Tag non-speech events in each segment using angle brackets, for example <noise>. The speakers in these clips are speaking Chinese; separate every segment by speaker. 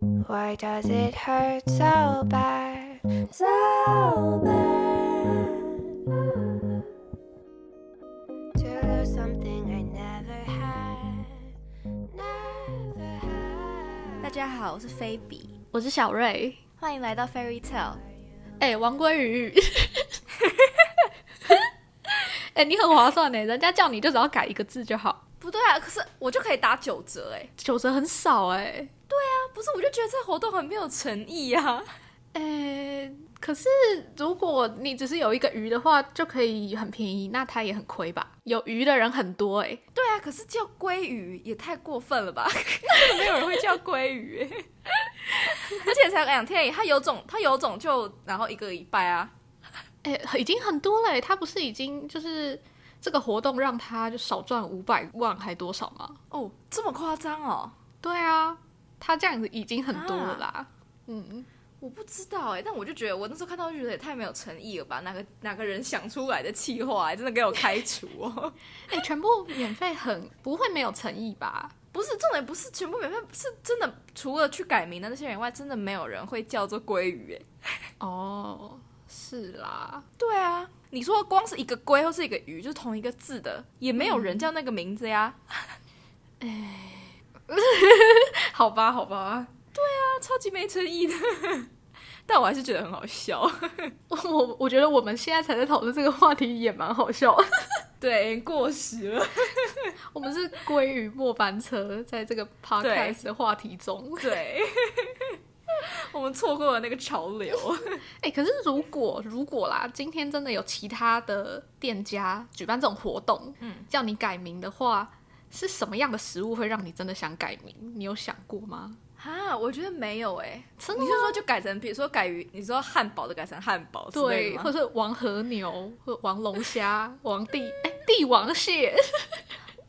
Speaker 1: Why does it hurt so bad?
Speaker 2: So bad.
Speaker 1: To lose something I never had. Never
Speaker 2: 大
Speaker 1: had.
Speaker 2: 家好，我是菲比，
Speaker 3: 我是小瑞。
Speaker 2: 欢迎来到 Fairy Tale。
Speaker 3: 哎、王归鱼。 <laughs> 哎、你很划算呢，人家叫你就只要改一个字就好，
Speaker 2: 不对啊，可是我就可以打九折哎、
Speaker 3: 九折很少哎。
Speaker 2: 啊不是，我就觉得这活动很没有诚意啊。
Speaker 3: 哎、可是如果你只是有一个鱼的话，就可以很便宜，那它也很亏吧？有鱼的人很多哎。
Speaker 2: 对啊，可是叫鲑鱼也太过分了吧？没有人会叫鲑鱼、欸，而且才两天而已，它有种，它有种就然后一个礼拜啊。
Speaker 3: 哎、已经很多了哎，它不是已经就是这个活动让他就少赚五百万还多少吗？
Speaker 2: 哦，这么夸张哦？
Speaker 3: 对啊，他这样子已经很多了啦。嗯，
Speaker 2: 我不知道哎、但我就觉得我那时候看到就觉得也太没有诚意了吧？哪个哪个人想出来的气话、欸，真的给我开除哦！ <laughs>
Speaker 3: <laughs> 哎、全部免费很不会没有诚意吧？
Speaker 2: 不是重点，不是全部免费，是真的除了去改名的那些人以外，真的没有人会叫做鲑鱼哎、
Speaker 3: 哦，是啦，
Speaker 2: 对啊，你说光是一个龟或是一个鱼，就是同一个字的，也没有人叫那个名字呀。
Speaker 3: 好吧，好吧，
Speaker 2: 那啊超级没诚意的， <laughs> 但我还是觉得很好笑。
Speaker 3: <laughs> 我 <laughs> 我觉得我们现在才在讨论这个话题也蛮好笑。
Speaker 2: 对，过时了。
Speaker 3: 我们是归于末班车，在这个 podcast 的话题中。
Speaker 2: <laughs> 对， <laughs> 我们错过了那个潮流。
Speaker 3: 哎、可是如果如果啦，今天真的有其他的店家举办这种活动，
Speaker 2: 嗯，
Speaker 3: 叫你改名的话，是什么样的食物会让你真的想改名？你有想过吗？
Speaker 2: <laughs> 哈，我觉得没有哎、
Speaker 3: 真的
Speaker 2: 你
Speaker 3: 吗
Speaker 2: 是说就改成，比如说改于你说汉堡的改成汉堡之类
Speaker 3: 对，
Speaker 2: 的
Speaker 3: 或
Speaker 2: 吗？
Speaker 3: 是王和牛，或王龙虾，王帝哎、帝王蟹，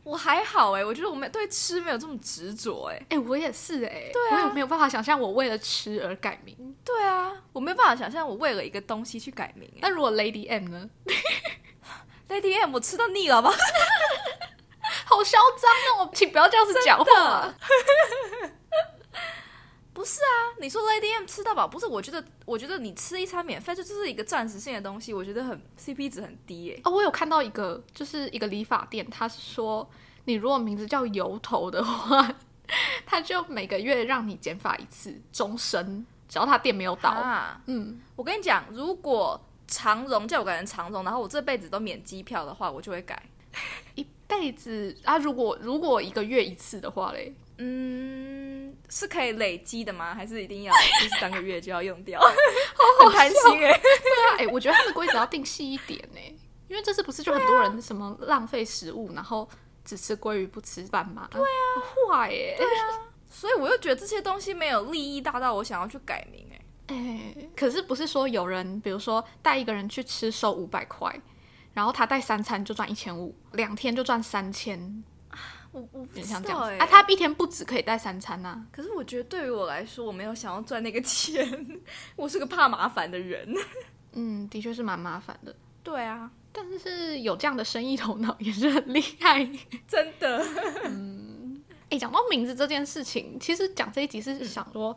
Speaker 2: 我还好哎、我觉得我没对吃没有这么执着哎。
Speaker 3: 哎、我也是哎、
Speaker 2: 对啊
Speaker 3: 我也没有办法想象我为了吃而改名。
Speaker 2: 对啊，我没有办法想象我为了一个东西去改名哎、
Speaker 3: 那如果 Lady M 呢？
Speaker 2: <laughs> Lady M，我吃到腻了吧？
Speaker 3: 好嚣张哦！请不要这样子讲话。
Speaker 2: 不是啊，你说 Lady M 吃到饱，不是？我觉得，我觉得你吃一餐免费，这就是一个暂时性的东西，我觉得很 CP 值很低耶、
Speaker 3: 哦，我有看到一个，就是一个理发店，他是说，你如果名字叫油头的话， <laughs> 他就每个月让你剪发一次，终身，只要他店没有倒。
Speaker 2: 啊，
Speaker 3: 嗯，
Speaker 2: 我跟你讲，如果长荣叫我改成长荣，然后我这辈子都免机票的话，我就会改。
Speaker 3: 一辈子啊，如果如果一个月一次的话嘞，
Speaker 2: 嗯，是可以累积的吗？还是一定要就是当个月就要用掉？很贪心哎、
Speaker 3: 对啊，哎、我觉得他的规则要定细一点呢、因为这次不是就很多人什么浪费食物，然后只吃鲑鱼不吃斑马，对啊，坏耶、
Speaker 2: 所以我又觉得这些东西没有利益大到我想要去改名
Speaker 3: <laughs>
Speaker 2: 哎、
Speaker 3: 哎、可是不是说有人，比如说带一个人去吃收五百块，然后他带三餐就赚一千五，两天就赚三千，
Speaker 2: 我我不
Speaker 3: 有点
Speaker 2: 知
Speaker 3: 像这
Speaker 2: 道
Speaker 3: 样
Speaker 2: 哎、
Speaker 3: 子啊。他一天不止可以带三餐啊呐、
Speaker 2: 可是我觉得对于我来说，我没有想要赚那个钱， <laughs> 我是个怕麻烦的人。
Speaker 3: 嗯，的确是蛮麻烦的，
Speaker 2: 对啊，
Speaker 3: 但是有这样的生意头脑 <laughs> 也是很厉害。
Speaker 2: 真的。
Speaker 3: 哎、讲到名字这件事情，其实讲这一集是想说，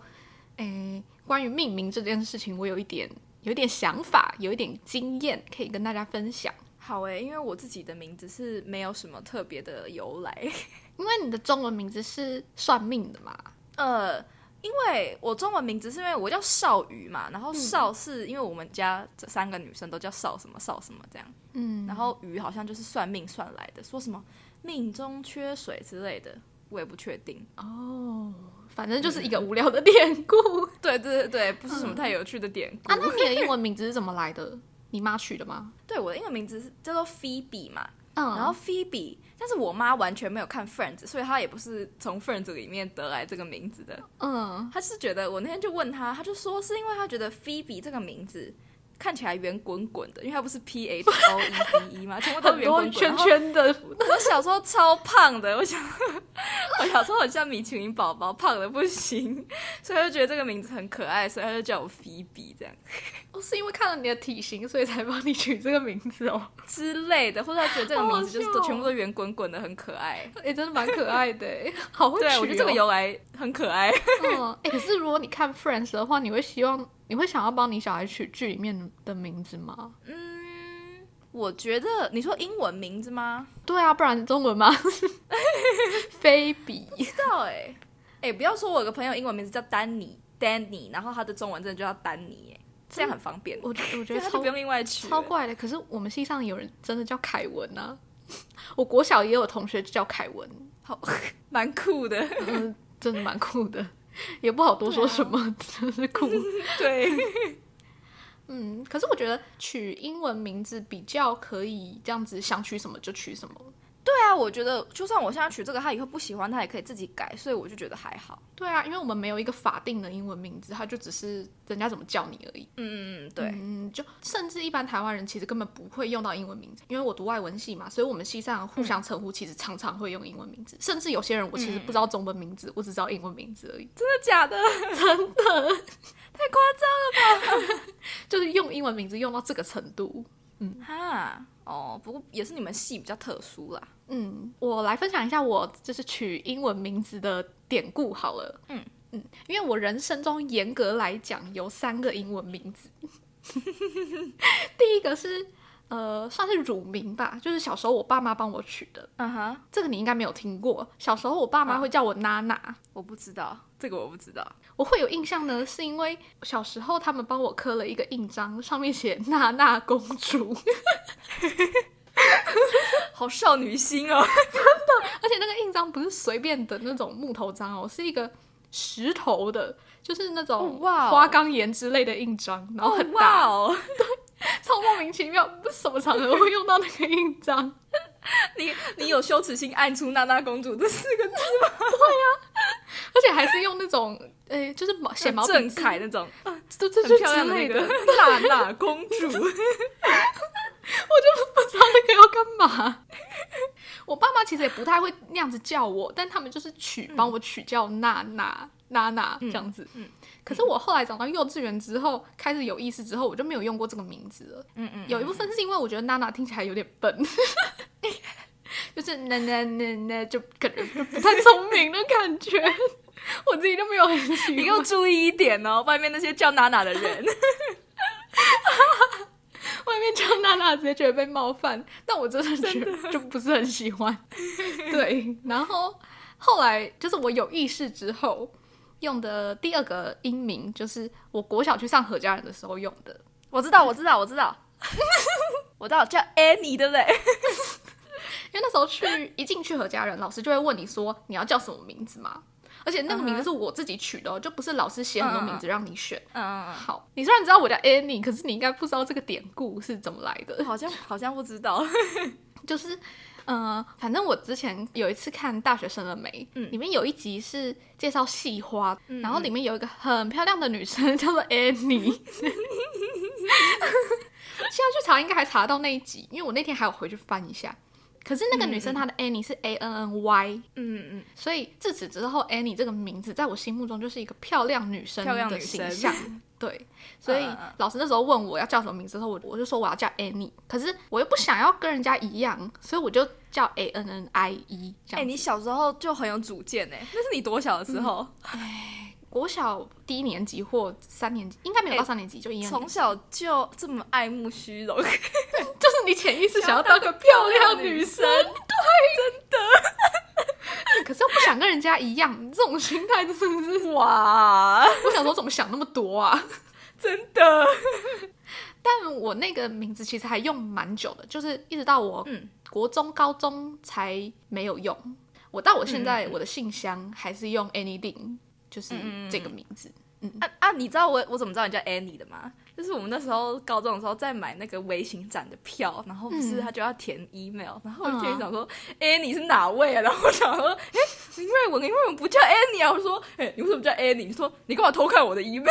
Speaker 3: 哎、关于命名这件事情，我有一点有一点想法，有一点经验可以跟大家分享。
Speaker 2: 好诶、因为我自己的名字是没有什么特别的由来。 <laughs>
Speaker 3: 因为你的中文名字是算命的嘛，
Speaker 2: 呃，因为我中文名字是因为我叫少宇嘛，然后少是因为我们家这三个女生都叫少什么少什么这样，
Speaker 3: 嗯，
Speaker 2: 然后宇好像就是算命算来的，说什么命中缺水之类的，我也不确定。
Speaker 3: 哦，反正就是一个无聊的 <laughs> 典故。
Speaker 2: 对对对对，不是什么太有趣的典故。
Speaker 3: 啊，那你的英文名字是怎么来的？你妈取的吗？
Speaker 2: 对，我的英文名字是叫做 Phoebe 嘛，
Speaker 3: 嗯
Speaker 2: 然后 Phoebe，但是我妈完全没有看 Friends，所以她也不是从 Friends 里面得来这个名字的。
Speaker 3: 嗯，
Speaker 2: 她是觉得我那天就问她，她就说是因为她觉得 Phoebe 这个名字看起来圆滚滚的，因为它不是 P H O E D E 吗？全部都
Speaker 3: 很
Speaker 2: 圆
Speaker 3: 多
Speaker 2: 滚滚。
Speaker 3: 圈
Speaker 2: 然后
Speaker 3: 圈的，
Speaker 2: 我小时候超胖的，我想，我小时候很像米其林宝宝，胖的不行，所以我就觉得这个名字很可爱，所以他就叫我菲比这样
Speaker 3: <laughs> 哦，是因为看了你的体型，所以才帮你取这个名字 <laughs> 哦。
Speaker 2: 之类的，或者他觉得这个名字就是
Speaker 3: 好好
Speaker 2: 都
Speaker 3: 笑哦
Speaker 2: 全部都圆滚滚的，很可爱。
Speaker 3: 哎、真的蛮可爱的欸， <laughs> 好会取、哦。
Speaker 2: 对，我觉得这个由来很可爱。
Speaker 3: 嗯，哎、可是如果你看 Friends 的话，你会希望你会想要帮你小孩取剧里面的名字吗？
Speaker 2: 嗯，我觉得你说英文名字吗？
Speaker 3: 对啊，不然中文吗？ <laughs> 菲比，
Speaker 2: 不知道哎、欸， <laughs> 哎、不要说我有个朋友英文名字叫丹尼 Danny，然后他的中文真的就叫丹尼、欸，这样很方便，
Speaker 3: 我我觉
Speaker 2: 对
Speaker 3: 得
Speaker 2: 他就
Speaker 3: 超
Speaker 2: 不用另外取了。
Speaker 3: 超怪的。可是我们系上有人真的叫凯文啊，我国小也有同学就叫凯文，
Speaker 2: 好，蛮酷 <laughs> 的。
Speaker 3: 嗯，真的蛮酷的，也不好多说什么，
Speaker 2: 啊
Speaker 3: 真是酷。
Speaker 2: 对，
Speaker 3: 嗯，可是我觉得取英文名字比较可以这样子，想取什么就取什么。
Speaker 2: 对啊，我觉得就算我现在取这个，他以后不喜欢，他也可以自己改，所以我就觉得还好。
Speaker 3: 对啊，因为我们没有一个法定的英文名字，它就只是人家怎么叫你而已。
Speaker 2: 嗯，对，
Speaker 3: 嗯，就甚至一般台湾人其实根本不会用到英文名字，因为我读外文系嘛，所以我们系上互相称呼其实常常会用英文名字，甚至有些人我其实不知道中文名字，我只知道英文名字而已， <laughs>
Speaker 2: 真的假的？
Speaker 3: 就是用英文名字用到这个程度。
Speaker 2: 哈，哦，不过也是你们系比较特殊啦。
Speaker 3: 嗯，我来分享一下我就是取英文名字的典故好了。嗯嗯，因为我人生中严格来讲有三个英文名字， <laughs> 第一个是呃算是乳名吧，就是小时候我爸妈帮我取的，
Speaker 2: 嗯哼，
Speaker 3: 这个你应该没有听过。小时候我
Speaker 2: 嗯
Speaker 3: 爸妈会叫我娜娜。
Speaker 2: 我不知道这个，我不知道。
Speaker 3: 我会有印象呢，是因为小时候他们帮我刻了一个印章，上面写“娜娜公主”， <laughs>
Speaker 2: 好少女心哦。
Speaker 3: 而且那个印章不是随便的那种木头章哦，是一个石头的，就是那种
Speaker 2: 哦哇哦
Speaker 3: 花岗岩之类的印章，然后很
Speaker 2: 哇
Speaker 3: 大，
Speaker 2: 哦，
Speaker 3: 超莫名其妙，不是什么场合会用到那个印章。
Speaker 2: 你你有羞耻心按出娜娜公主这四个字，
Speaker 3: 而且还是用那种，呃、就是毛写毛笔
Speaker 2: 郑
Speaker 3: 字，
Speaker 2: 恺那种
Speaker 3: 对对
Speaker 2: 很
Speaker 3: 对
Speaker 2: 漂
Speaker 3: 之
Speaker 2: 亮的
Speaker 3: 类
Speaker 2: 那
Speaker 3: 的，
Speaker 2: 个
Speaker 3: 我
Speaker 2: 娜 <laughs> 娜公 <laughs> 主。
Speaker 3: 就不知道那个要干嘛。 <laughs> 我爸妈其实也不太会那样子叫我，但他们就是取帮我取叫娜娜娜娜这样子。
Speaker 2: 嗯
Speaker 3: 可是我后来长到幼稚园之后，开始有意识之后，我就没有用过这个名字了。
Speaker 2: 嗯嗯，
Speaker 3: 有一部分是因为我觉得娜娜听起来有点笨，
Speaker 2: <laughs>
Speaker 3: 就是那那那那就感觉就不太聪明的感
Speaker 2: <laughs>
Speaker 3: 觉，我自己都没有很喜
Speaker 2: 你
Speaker 3: 欢
Speaker 2: 给。我注意一点哦，外面那些叫娜娜的人。
Speaker 3: 外面叫娜娜，直接觉得被冒犯，但我 <laughs> 真的觉得就不是很喜 <laughs> 欢。对，然后后来就是我有意识之后用的第二个音名，就是我国小去上何家人的时候用的。
Speaker 2: <laughs> 我知道，我知道，我知道， <laughs> 我知道叫 Annie，对不对？
Speaker 3: 因为那时候去一进去何家人，老师就会问你说你要叫什么名字嘛，而且那个名字是我自己取的哦、就不是老师写很多名字让你选。
Speaker 2: <laughs> 嗯，
Speaker 3: 好，你虽然知道我叫 Annie，可是你应该不知道这个典故是怎么来的。
Speaker 2: 嗯好像好像不知道。
Speaker 3: 就是，呃，反正我之前有一次看《大学生了没》，
Speaker 2: 嗯
Speaker 3: 里面有一集是介绍系花，
Speaker 2: 嗯
Speaker 3: 然后里面有一个很漂亮的女生 <laughs> 叫做 Annie。现
Speaker 2: <laughs>
Speaker 3: 在去查应该还查得到那一集，因为我那天还有回去翻一下。可是那个女生她的 Annie 是 A N N Y，
Speaker 2: 嗯嗯，
Speaker 3: 所以自此之后，Annie 这个名字在我心目中就是一个漂亮女生
Speaker 2: 漂亮
Speaker 3: 的
Speaker 2: 女
Speaker 3: 形
Speaker 2: 生
Speaker 3: 象。
Speaker 2: <laughs>
Speaker 3: 对，所以
Speaker 2: 嗯嗯嗯
Speaker 3: 老师那时候问我要叫什么名字的时候，我我就说我要叫 Annie，可是我又不想要跟人家一样，所以我就叫 A N N I E 这
Speaker 2: 哎、
Speaker 3: 样子。
Speaker 2: 你小嗯时候就很有主见哎，那是你多小的时候？
Speaker 3: 国小低年级或三年级，应该没有到三年级，就一年级，
Speaker 2: 哎从小就这么爱慕虚荣，
Speaker 3: 就是你潜意识想要当个漂亮女生。
Speaker 2: <laughs>
Speaker 3: 对， <laughs> 可是又不想跟人家一样，这种心态真的是，
Speaker 2: 哇，
Speaker 3: 我想说怎么想那么多啊？ <laughs>
Speaker 2: 真的。
Speaker 3: 但我那个名字其实还用蛮久的，就是一直到我
Speaker 2: 嗯
Speaker 3: 国中、高中才没有用。我到我
Speaker 2: 嗯
Speaker 3: 现在我的信箱还是用 anything，就是
Speaker 2: 嗯
Speaker 3: 这个名字。
Speaker 2: 啊啊！你知道我我怎么知道你叫 Annie 的吗？就是我们那时候高中的时候在买那个微型展的票，然后不是他就要填 email，、然后我就
Speaker 3: 嗯啊
Speaker 2: 想说、Annie 是哪位啊？然后我想说，哎、林瑞文，林瑞文不叫 Annie 啊？我说，哎、你为什么叫 Annie？你说你干嘛偷看我的 email？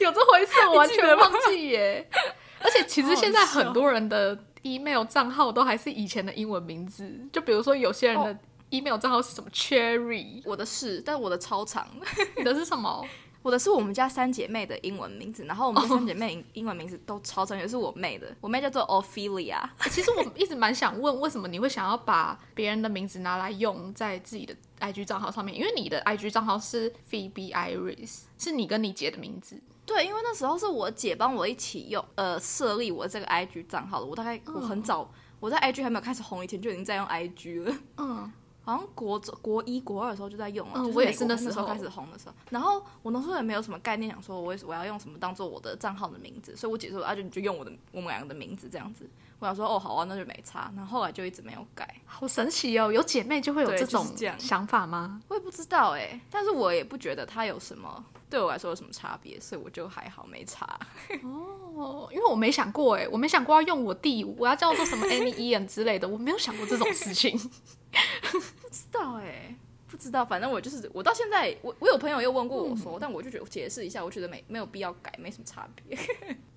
Speaker 3: 有这回事，我完
Speaker 2: <laughs> 你记得
Speaker 3: 全
Speaker 2: 吗
Speaker 3: 忘记耶。而且其实现在很多人的 email 账号都还是以前的英文名字，就比如说有些人
Speaker 2: 哦
Speaker 3: 的 email 账号是什么 Cherry，
Speaker 2: <laughs> 我的是，但我的超长，
Speaker 3: 你的是什么？
Speaker 2: 我的是我们家三姐妹的英文名字，然后我们家三姐妹英英文名字都超长，也是我妹的，我妹叫做 Ophelia，
Speaker 3: 其实我一直蛮想问，为什么你会想要把别人的名字拿来用在自己的 IG 账号上面？因为你的 IG 账号是 Phoebe Iris，是你跟你姐的名字。
Speaker 2: 对，因为那时候是我姐帮我一起用，呃，设立我这个 IG 账号的。我大概
Speaker 3: 嗯
Speaker 2: 我很早，我在 IG 还没有开始红以前就已经在用 IG 了。
Speaker 3: 嗯，
Speaker 2: 好像国中国一、国二的时候就在用了，
Speaker 3: 嗯
Speaker 2: 就是
Speaker 3: 我也
Speaker 2: 美
Speaker 3: 是
Speaker 2: 国
Speaker 3: 那
Speaker 2: 那
Speaker 3: 时
Speaker 2: 时候
Speaker 3: 候
Speaker 2: 开始红的时候。然后我那时候也没有什么概念，想说我为我要用什么当做我的账号的名字，所以我姐说啊，就你就用我的我们两个的名字这样子。我想说哦，好啊，那就没差。然后后来就一直没有改，
Speaker 3: 好神奇哦！有姐妹就会有
Speaker 2: 对
Speaker 3: 这种
Speaker 2: 就是这样
Speaker 3: 想法吗？
Speaker 2: 我也不知道哎、但是我也不觉得它有什么对我来说有什么差别，所以我就还好没差。
Speaker 3: 哦，因为我没想过哎，我没想过要用我弟，我要叫做什么 <laughs> Annie Ian 之类的，我没有想过这种事情。
Speaker 2: 不知道哎、不知道，反正我就是我到现在，我我有朋友又问过我说，但我就觉得我解释一下，我觉得没没有必要改，没什么差别。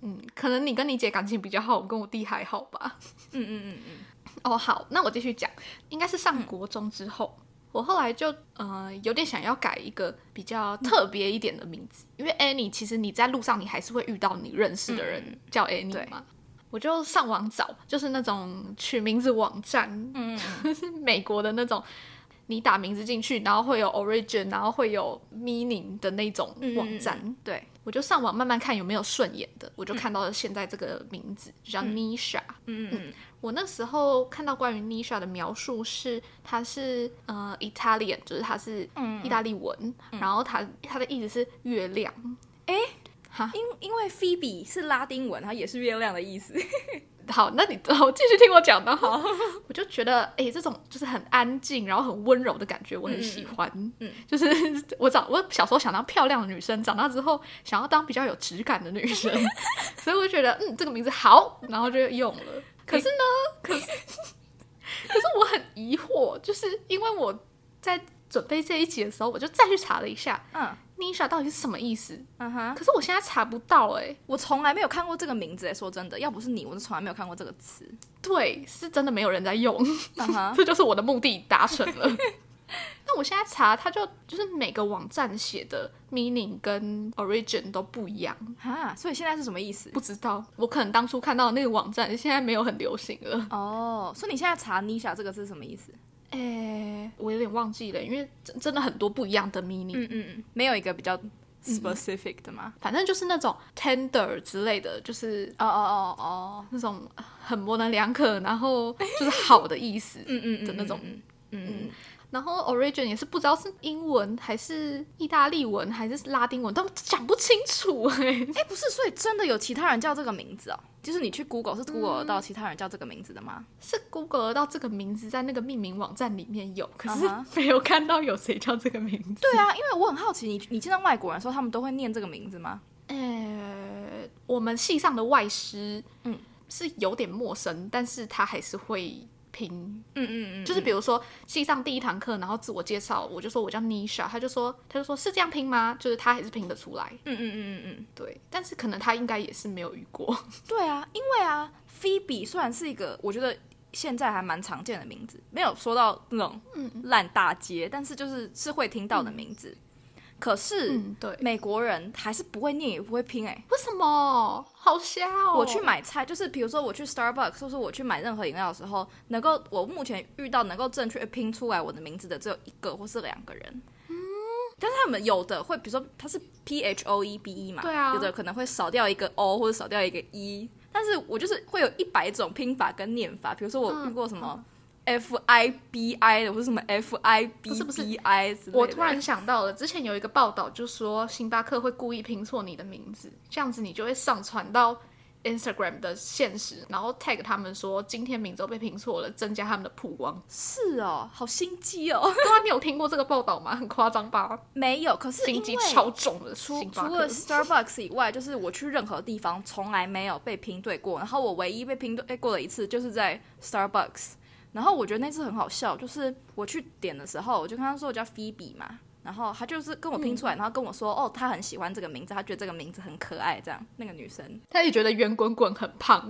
Speaker 3: 嗯，可能你跟你姐感情比较好，我跟我弟还好吧。
Speaker 2: 嗯嗯嗯嗯，
Speaker 3: 哦，好，那我继续讲，应该是上国中之后，我后来就呃有点想要改一个比较
Speaker 2: 嗯
Speaker 3: 特别一点的名字，因为 Annie 其实你在路上你还是会遇到你认识的人叫 Annie
Speaker 2: 嗯对
Speaker 3: 嘛。我就上网找，就是那种取名字网站，嗯， <laughs> 美国的那种，你打名字进去，然后会有 origin，然后会有 meaning 的那种
Speaker 2: 嗯
Speaker 3: 网站。
Speaker 2: 对，
Speaker 3: 我就上网慢慢看有没有顺眼的，我就看到了现在这个名字、就叫 Nisha。
Speaker 2: 嗯嗯
Speaker 3: 我那时候看到关于 Nisha 的描述是，她是呃 Italian，就是她是
Speaker 2: 嗯
Speaker 3: 意大利文，然后她她的意思是月亮。
Speaker 2: 因因为 Phoebe 是拉丁文，它也是月亮的意思。
Speaker 3: 好，那你 <laughs> 好，继续听我讲的好， <laughs> 我就觉得诶，这种就是很安静，然后很温柔的感觉，我很喜欢。
Speaker 2: 嗯
Speaker 3: 就是 <laughs> 我长我小时候想当漂亮的女生，长大之后想要当比较有质感的女 <laughs> 生，所以我就觉得嗯这个名字好，然后就用了。可是呢，可是 <laughs> 可是我很疑惑，就是因为我在准备这一集的时候，我就再去查了一下
Speaker 2: 嗯
Speaker 3: Nisha 到底是什么意思，
Speaker 2: 嗯哼，
Speaker 3: 可是我现在查不到诶。
Speaker 2: 我从来没有看过这个名字欸诶，说真的，要不是你，我是从来没有看过这个 <laughs> 词。
Speaker 3: 对，是真的没有人在用。
Speaker 2: 嗯哼，
Speaker 3: 这就是我的目的达成了。 <laughs> 那我现在查，它就就是每个网站写的 meaning 跟 origin 都不一样，
Speaker 2: 哈，所以现在是什么意思
Speaker 3: 不？知道我可能当初看到的那个网站现在没有很流行了。
Speaker 2: 哦，所以你现在查 Nisha 这个是什么意思？
Speaker 3: 诶、我有点忘记了，因为真真的很多不一样的 meaning，、
Speaker 2: 嗯嗯嗯，没有一个比较 specific 的吗？
Speaker 3: 反正就是那种 tender 之类的，就是
Speaker 2: 哦哦哦哦，
Speaker 3: 那种很模棱两可，然后就是好的意 <laughs> 思。
Speaker 2: 嗯嗯嗯
Speaker 3: 的那种
Speaker 2: 嗯嗯嗯。
Speaker 3: 然后 origin 也是不知道是英文还是意大利文还是拉丁文，都讲不清楚哎、
Speaker 2: 哎、不是，所以真的有其他人叫这个名字哦？就是你去 Google 是 Google 得到其他人叫这个名字的吗？
Speaker 3: 是 Google 得到这个名字在那个命名网站里面有，可是
Speaker 2: 啊哈
Speaker 3: 没有看到有谁叫这个名字。
Speaker 2: 对 <laughs> 啊，因为我很好奇，你你见到外国人的时候，他们都会念这个名字吗？
Speaker 3: 呃，我们系上的外师，
Speaker 2: 嗯，
Speaker 3: 是有点陌生，但是他还是会拼。
Speaker 2: 嗯嗯嗯，
Speaker 3: 就是比如说系上第一堂课，然后自我介绍，我就说我叫 Nisha，他就说他就说是这样拼吗？就是他还是拼得出来。
Speaker 2: 嗯嗯嗯嗯嗯，
Speaker 3: 对，但是可能他应该也是没有遇过。
Speaker 2: 对啊，因为啊，Phoebe 虽然是一个我觉得现在还蛮常见的名字，没有说到那种烂大街，但是就是是会听到的名字。可是、
Speaker 3: 嗯，对。
Speaker 2: 美国人还是不会念也不会拼哎、
Speaker 3: 为什么？好瞎哦！
Speaker 2: 我去买菜，就是比如说我去 Starbucks，或是我去买任何饮料的时候，能够我目前遇到能够正确拼出来我的名字的只有一个或是两个人。
Speaker 3: 嗯
Speaker 2: 但是他们有的会，比如说他是 P H O E B E 嘛，
Speaker 3: 对啊
Speaker 2: 有的可能会少掉一个 O 或者少掉一个 E，但是我就是会有一百种拼法跟念法，比如说我遇过什
Speaker 3: 嗯
Speaker 2: 么 F I B I 的，或是什么 F I
Speaker 3: 不
Speaker 2: B
Speaker 3: 是不是
Speaker 2: B I 之类的。
Speaker 3: 我突然想到了，之前有一个报道就说星巴克会故意拼错你的名字，这样子你就会上传到 Instagram 的现实，然后 tag 他们说今天名字都被拼错了，增加他们的曝光。
Speaker 2: 是哦，好心机哦， <laughs>
Speaker 3: 对啊，你有听过这个报道吗？很夸张吧？
Speaker 2: 没有，可是因
Speaker 3: 心
Speaker 2: 为
Speaker 3: 机超重的
Speaker 2: 除
Speaker 3: 星
Speaker 2: 除
Speaker 3: 巴克 <laughs>
Speaker 2: 了。Starbucks 以外，就是我去任何地方从来没有被拼对过。然后我唯一被拼对过的一次，就是在 Starbucks。然后我觉得那次很好笑，就是我去点的时候，我就跟他说我叫 Phoebe 嘛，然后她就是跟我拼
Speaker 3: 嗯
Speaker 2: 出来，然后跟我说，哦，她很喜欢这个名字，她觉得这个名字很可爱，这样。那个女生
Speaker 3: 他也觉得圆滚滚很
Speaker 2: <laughs>
Speaker 3: 胖，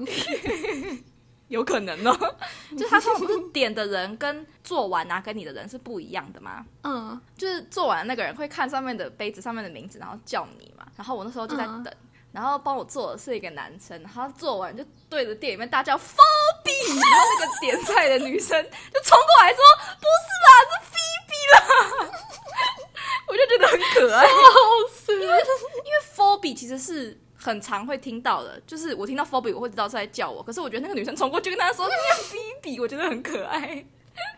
Speaker 2: 有可能哦， <laughs> 就是她说我
Speaker 3: <laughs>
Speaker 2: 不是点的人跟做完拿给你的人是不一样的吗？
Speaker 3: 嗯，
Speaker 2: 就是做完的那个人会看上面的杯子上面的名字，然后叫你嘛。然后我那时候就在
Speaker 3: 嗯
Speaker 2: 等，然后帮我做的是一个男生，然后他做完就对着店里面大叫 “Phoebe”，然后那个点菜的女生就冲过来说：“不是啦，是 Phoebe 啦。” <laughs> 我就觉得很可爱，
Speaker 3: 是
Speaker 2: 因为 Phoebe 其实是。很常会听到的，就是我听到 Phoebe，我会知道是在叫我。可是我觉得那个女生冲过去跟他说：“那个 Phoebe”，我觉得很可爱。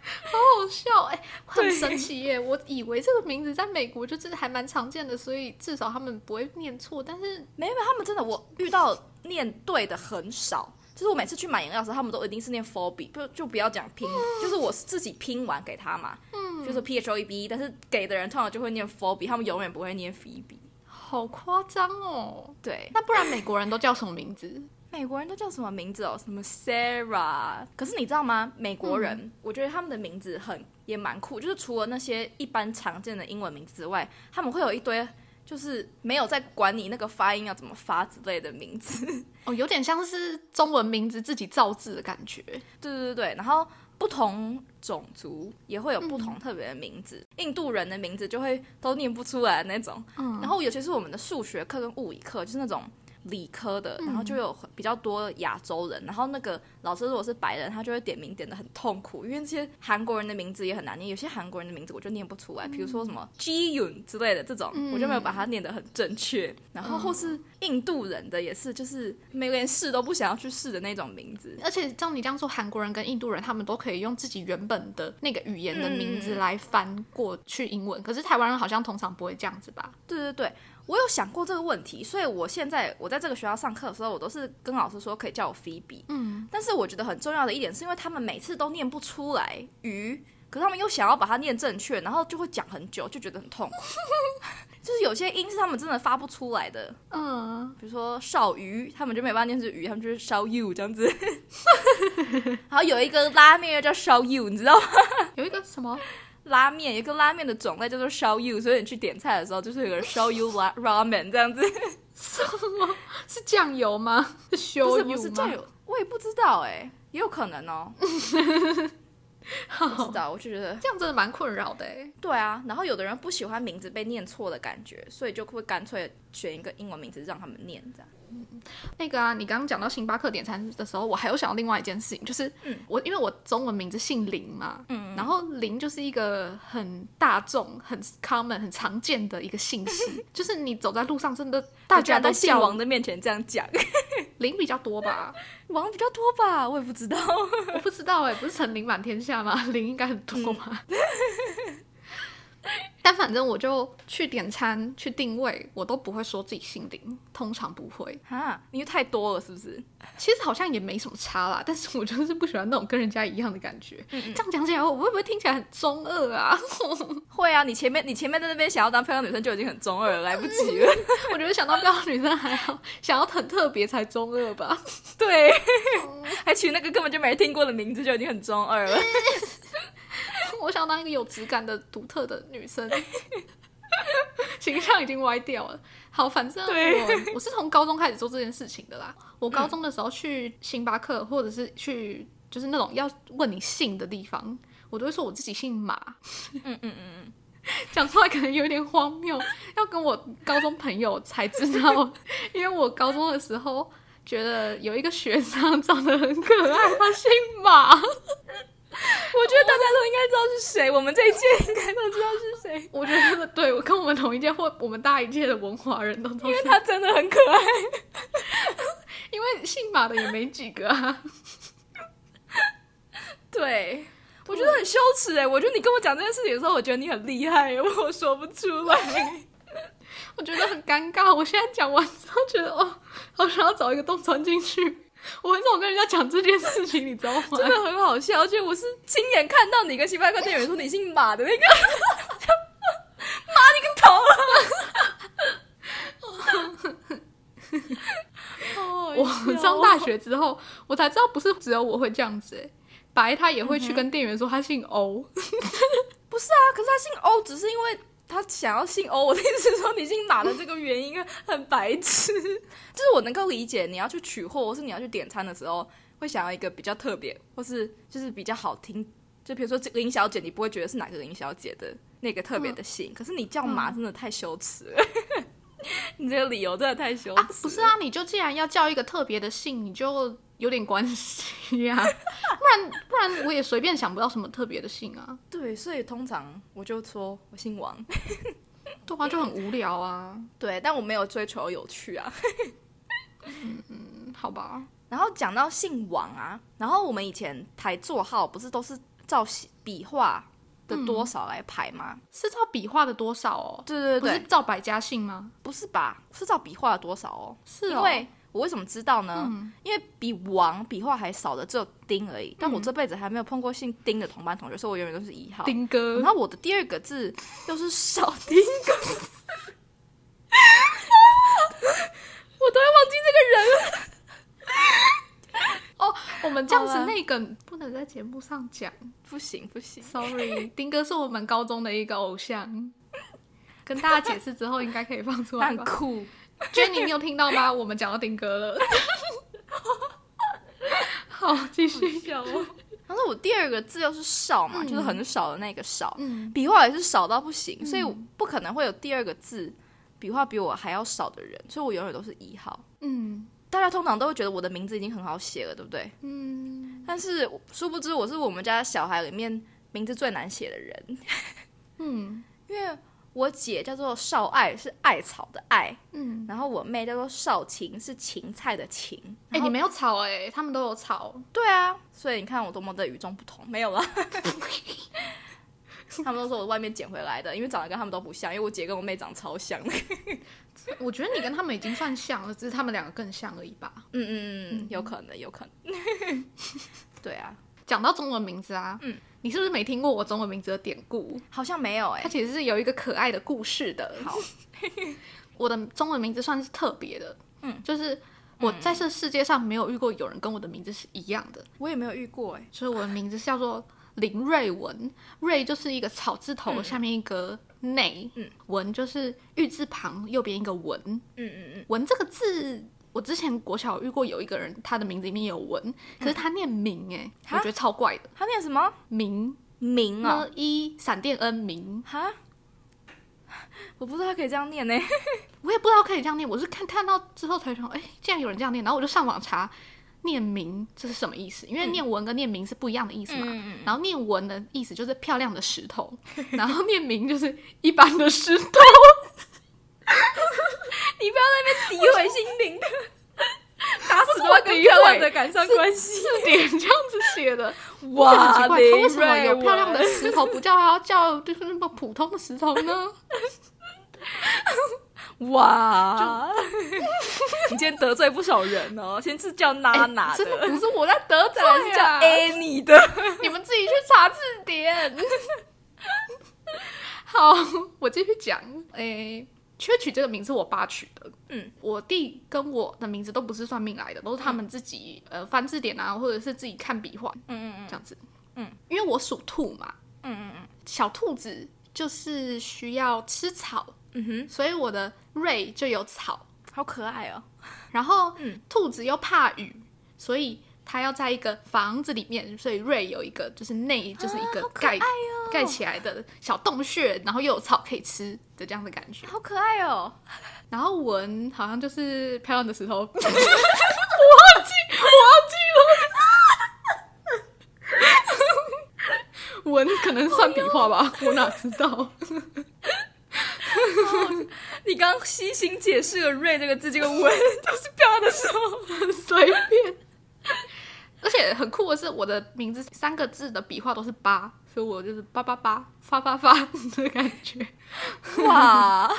Speaker 3: 好笑哎、很
Speaker 2: 对
Speaker 3: 神奇耶！我以为这个名字在美国就是还蛮常见的，所以至少他们不会念错。但是
Speaker 2: 没有，没有，他们真的我遇到念对的很少。就是我每次去买饮料的时候，他们都一定是念 Phoebe，不就不要讲拼，就是我是自己拼完给他嘛，就是 P H O E B，但是给的人通常就会念 Phoebe，他们永远不会念 Phoebe。
Speaker 3: 好夸张哦！
Speaker 2: 对，
Speaker 3: 那不然美国人都叫什么名 <laughs> 字？
Speaker 2: 美国人都叫什么名字哦？什么 Sarah？可是你知道吗？美国人，我觉得他们的名字很也蛮酷，就是除了那些一般常见的英文名字之外，他们会有一堆就是没有在管你那个发音要怎么发之类的名字。
Speaker 3: 哦，有点像是中文名字自己造字的感觉。
Speaker 2: 对对对，然后不同种族也会有不同特别的名字，印度人的名字就会都念不出来那种。
Speaker 3: 嗯
Speaker 2: 然后尤其是我们的数学课跟物理课，就是那种理科的，然后就有比较多亚洲人。然后那个老师如果是白人，他就会点名点的很痛苦，因为这些韩国人的名字也很难念，有些韩国人的名字我就念不出来，比如说什么 Ji Yun 之类的这种，我就没有把它念得很正确。然后或是印度人的也是，就是没连试都不想要去试的那种名字。
Speaker 3: 而且照你这样说，韩国人跟印度人他们都可以用自己原本的那个语言的名字来翻过去英文，可是台湾人好像通常不会这样子吧？
Speaker 2: 对对对，我有想过这个问题，所以我现在我在这个学校上课的时候，我都是跟老师说可以叫我菲比。嗯，但是我觉得很重要的一点是因为他们每次都念不出来鱼，可是他们又想要把它念正确，然后就会讲很久，就觉得很痛苦。 <laughs> 就是有些音是他们真的发不出来的，
Speaker 3: 嗯，
Speaker 2: 比如说少鱼，他们就没办法念是鱼，他们就是烧 you 这样子。 <laughs> 然后有一个拉面又叫烧 you，你知道吗？
Speaker 3: 有一个什么
Speaker 2: 拉面有一个拉面的种类叫做烧 you，所以你去点菜的时候就是有个烧 you ra- ramen 这样子。
Speaker 3: 是酱油 <laughs> 吗？是
Speaker 2: 不
Speaker 3: 修
Speaker 2: 是
Speaker 3: 油
Speaker 2: 不是
Speaker 3: 吗
Speaker 2: 酱油，我也不知道哎、也有可
Speaker 3: <laughs>
Speaker 2: 能哦，不知道，我就觉得
Speaker 3: 这样真的蛮困扰的欸
Speaker 2: 对啊。然后有的人不喜欢名字被念错的感觉，所以就会干脆选一个英文名字让他们念这样。
Speaker 3: 那个啊，你刚刚讲到星巴克点餐的时候，我还有想到另外一件事情，就是我因为我中文名字姓林嘛，然后林就是一个很大众、很 common、很常见的一个姓氏，就是你走在路上真的大
Speaker 2: 我居
Speaker 3: 家
Speaker 2: 然
Speaker 3: 都
Speaker 2: 在姓
Speaker 3: 叫
Speaker 2: 王的面前这
Speaker 3: <laughs>
Speaker 2: 样讲，
Speaker 3: 林比较多吧？
Speaker 2: 王比较多吧，我也不知道。 <laughs>
Speaker 3: 我不知道哎、不是陈林满天下吗？林应该很多吧。 <laughs> 但反正我就去点餐、去定位，我都不会说自己姓林，通常不会。
Speaker 2: 哈，因为太多了是不是？
Speaker 3: 其实好像也没什么差啦，但是我就是不喜欢那种跟人家一样的感觉。这样讲起来，我会不会听起来很中二啊？ <laughs>
Speaker 2: 会啊，你前面你前面在那边想要当漂亮女生就已经很中二了，来不及
Speaker 3: <laughs>
Speaker 2: 了。
Speaker 3: 我觉得想到标女生还好，想要很特别才中二吧。
Speaker 2: 对，
Speaker 3: 哦
Speaker 2: 还取那个根本就没人听过的名字就已经很中二了。
Speaker 3: <laughs> 我想当一个有质感的、独特的女生，形象已经歪掉了。好，反正
Speaker 2: 对嗯
Speaker 3: 我我是从高中开始做这件事情的啦。我高中的时候去星巴克，或者是去就是那种要问你姓的地方，我都会说我自己姓马。
Speaker 2: 嗯嗯嗯，
Speaker 3: 讲出来可能有点荒谬，要跟我高中朋友才知道，因为我高中的时候觉得有一个学长长得很可爱，他姓马，
Speaker 2: 我觉得大家都应该知道是谁，我们这一届应该都知道是谁。
Speaker 3: 我觉得对我跟我们同一届或我们大一届的文华人都都
Speaker 2: 因为
Speaker 3: 是，
Speaker 2: 他真的很可爱。
Speaker 3: 因为姓马的也没几个啊，
Speaker 2: 对，我觉得很羞耻哎！我觉得你跟我讲这件事情的时候，我觉得你很厉害欸，我说不出来。
Speaker 3: 我觉得很尴尬。我现在讲完之后觉得哦，好想要找一个洞钻进去。我很少跟人家讲这件事情，你知道 <laughs> 吗？
Speaker 2: <laughs> 真的很好笑，而且我是亲眼看到你跟星巴克店员说你姓马的那个，马你个头啊！好好
Speaker 3: 我
Speaker 2: 笑
Speaker 3: 上
Speaker 2: 哦
Speaker 3: 大学之后，我才知道不是只有我会这样子、欸，嗯白他也会去跟店员说他姓欧，
Speaker 2: 不是啊，可是他姓欧，只是因为他想要姓欧，我的 <laughs> 意思是说，你姓马的这个原因很白痴。就是我能够理解，你要去取货，或是你要去点餐的时候，会想要一个比较特别，或是就是比较好听。就比如说这个林小姐，你不会觉得是哪个林小姐的那个特别的
Speaker 3: 嗯
Speaker 2: 姓，可是你叫马真的太羞耻了。 <laughs> 你这个理由真的太羞耻、
Speaker 3: 啊，不是啊，你就既然要叫一个特别的姓，你就有点关系呀、 <laughs> 不然不然我也随便想不到什么特别的姓啊，
Speaker 2: 对，所以通常我就说我姓王。 <laughs>
Speaker 3: 对啊，就很无聊啊，
Speaker 2: 对，但我没有追求有趣啊。
Speaker 3: 嗯好吧，
Speaker 2: 然后讲到姓王啊，然后我们以前排座号不是都是照笔画的多少来排吗？
Speaker 3: 是照笔画的多少哦？
Speaker 2: 对对
Speaker 3: 嗯不是
Speaker 2: 对，
Speaker 3: 照百家姓吗？
Speaker 2: 不是吧？是照笔画的多少哦？
Speaker 3: 是
Speaker 2: 因
Speaker 3: 哦，嗯
Speaker 2: 为我为什么知道呢？因为比王笔画还少的只有丁而已。但
Speaker 3: 嗯
Speaker 2: 我这辈子还没有碰过姓丁的同班同学，所以我永远都是一号。
Speaker 3: 丁哥
Speaker 2: 然，后我的第二个字又是小丁哥，我都会忘记这个人了。 <laughs>
Speaker 3: 哦我们这样
Speaker 2: 好
Speaker 3: 子
Speaker 2: 了
Speaker 3: 那个不能在节目上讲
Speaker 2: 不行
Speaker 3: <laughs>
Speaker 2: 不行，
Speaker 3: ，sorry，丁哥是我们高中的一个偶像。跟大家解释之后，应该可以放出来
Speaker 2: 很
Speaker 3: 吧
Speaker 2: 酷。
Speaker 3: ？Jenny，你有听到吗？我们讲到丁哥
Speaker 2: <laughs>
Speaker 3: 了。好，继续。
Speaker 2: 但是我第二个字又是少嘛，就是很少的那个少，
Speaker 3: 嗯
Speaker 2: 笔画也是少到不行，所以我不可能会有第二个字笔画比我还要少的人，所以我永远都是一号。
Speaker 3: 嗯
Speaker 2: 大家通常都会觉得我的名字已经很好写了，对不对？
Speaker 3: 嗯
Speaker 2: 但是我殊不知我是我们家小孩里面名字最难写的人，
Speaker 3: 嗯
Speaker 2: 因为我姐叫做少爱，是艾草的艾，
Speaker 3: 嗯。
Speaker 2: 然后我妹叫做少芹，是芹菜的芹。
Speaker 3: 哎、
Speaker 2: 然后
Speaker 3: 你没有吵哎、他们都有吵。
Speaker 2: 对啊，所以你看我多么的与众不同，没有了。他们都说我外面捡回来的，因为长得跟他们都不像，因为我姐跟我妹长超像的。
Speaker 3: 我觉得你跟他们已经算像了，只是他们两个更像而已吧。
Speaker 2: 嗯嗯嗯，有可能，有可能。 <laughs> 对啊，
Speaker 3: 讲到中文名字啊，
Speaker 2: 嗯，
Speaker 3: 你是不是没听过我中文名字的典故？
Speaker 2: 好像没有哎、
Speaker 3: 它其实是有一个可爱的故事的。
Speaker 2: 好，
Speaker 3: <laughs> 我的中文名字算是特别的，嗯，就是我在这世界上没有遇过有人跟我的名字是一样的，
Speaker 2: 我也没有遇过哎、
Speaker 3: 所以我的名字是叫做林瑞文，瑞就是一个草字头下面一个内，
Speaker 2: 嗯，
Speaker 3: 文就是玉字旁右边一个文，
Speaker 2: 嗯嗯
Speaker 3: 文这个字，我之前国小遇过有一个人，他的名字里面有文，可是他念明哎、
Speaker 2: 嗯
Speaker 3: 我
Speaker 2: 哈
Speaker 3: 觉得超怪的
Speaker 2: 嗯，，他念什么
Speaker 3: 明
Speaker 2: 明啊
Speaker 3: 呢？一闪电恩明，
Speaker 2: 哈，我不知道他可以这样念呢、欸
Speaker 3: 我也不知道可以这样念，我是看看到之后才想，哎、竟然有人这样念，然后我就上网查。念明这是什么意思？因为念文跟念明是不一样的意思嘛。
Speaker 2: 嗯
Speaker 3: 然后念文的意思就是漂亮的石头，然后念明就是一般的石头。
Speaker 2: <laughs>
Speaker 3: <laughs>
Speaker 2: 你不要在那边诋毁心灵
Speaker 3: <laughs>
Speaker 2: 的，打死都要跟
Speaker 3: 诋毁
Speaker 2: 漂亮的赶上关系。
Speaker 3: 字典这样子写的，<laughs>
Speaker 2: 哇
Speaker 3: 很奇怪，他为什么
Speaker 2: 林瑞
Speaker 3: 有
Speaker 2: 文
Speaker 3: 漂亮的石头不叫，还要叫就是那么普通的石头呢？ <laughs>
Speaker 2: 哇！你今天得罪不少人哦，先是叫娜娜
Speaker 3: 欸真的
Speaker 2: 的，
Speaker 3: 不是我在
Speaker 2: <laughs>
Speaker 3: 得罪
Speaker 2: 再来是叫
Speaker 3: 啊
Speaker 2: Annie 的。
Speaker 3: <laughs> 你们自己去查字典。 <laughs> 好，我继续讲。诶、缺取这个名字我爸取的。
Speaker 2: 嗯，
Speaker 3: 我弟跟我的名字都不是算命来的，都是他们自己、呃翻字典啊，或者是自己看笔画
Speaker 2: 嗯嗯
Speaker 3: 这样子。
Speaker 2: 嗯，
Speaker 3: 因为我属兔嘛，
Speaker 2: 嗯嗯
Speaker 3: 小兔子就是需要吃草，
Speaker 2: 嗯哼，
Speaker 3: 所以我的瑞就有草。
Speaker 2: 好可爱哦。
Speaker 3: 然后
Speaker 2: 嗯
Speaker 3: 兔子又怕雨，所以它要在一个房子里面，所以瑞有一个就是内就是一个
Speaker 2: 好可
Speaker 3: 盖、
Speaker 2: 爱哦，
Speaker 3: 盖起来的小洞穴，然后又有草可以吃的这样的感觉。
Speaker 2: 好可爱哦。
Speaker 3: 然后文好像就是漂亮的石头， <laughs> 我忘记我忘记了。 <laughs> 文可能算笔画
Speaker 2: <laughs>
Speaker 3: 吧，我哪知道？
Speaker 2: 你刚悉心解释了“瑞”这个字，这个“文”都是漂亮的时
Speaker 3: <laughs>
Speaker 2: 候。
Speaker 3: 随便。而且很酷的是，我的名字三个字的笔画都是八，所以我就是八八八 <laughs> 发发发的感觉。
Speaker 2: 哇，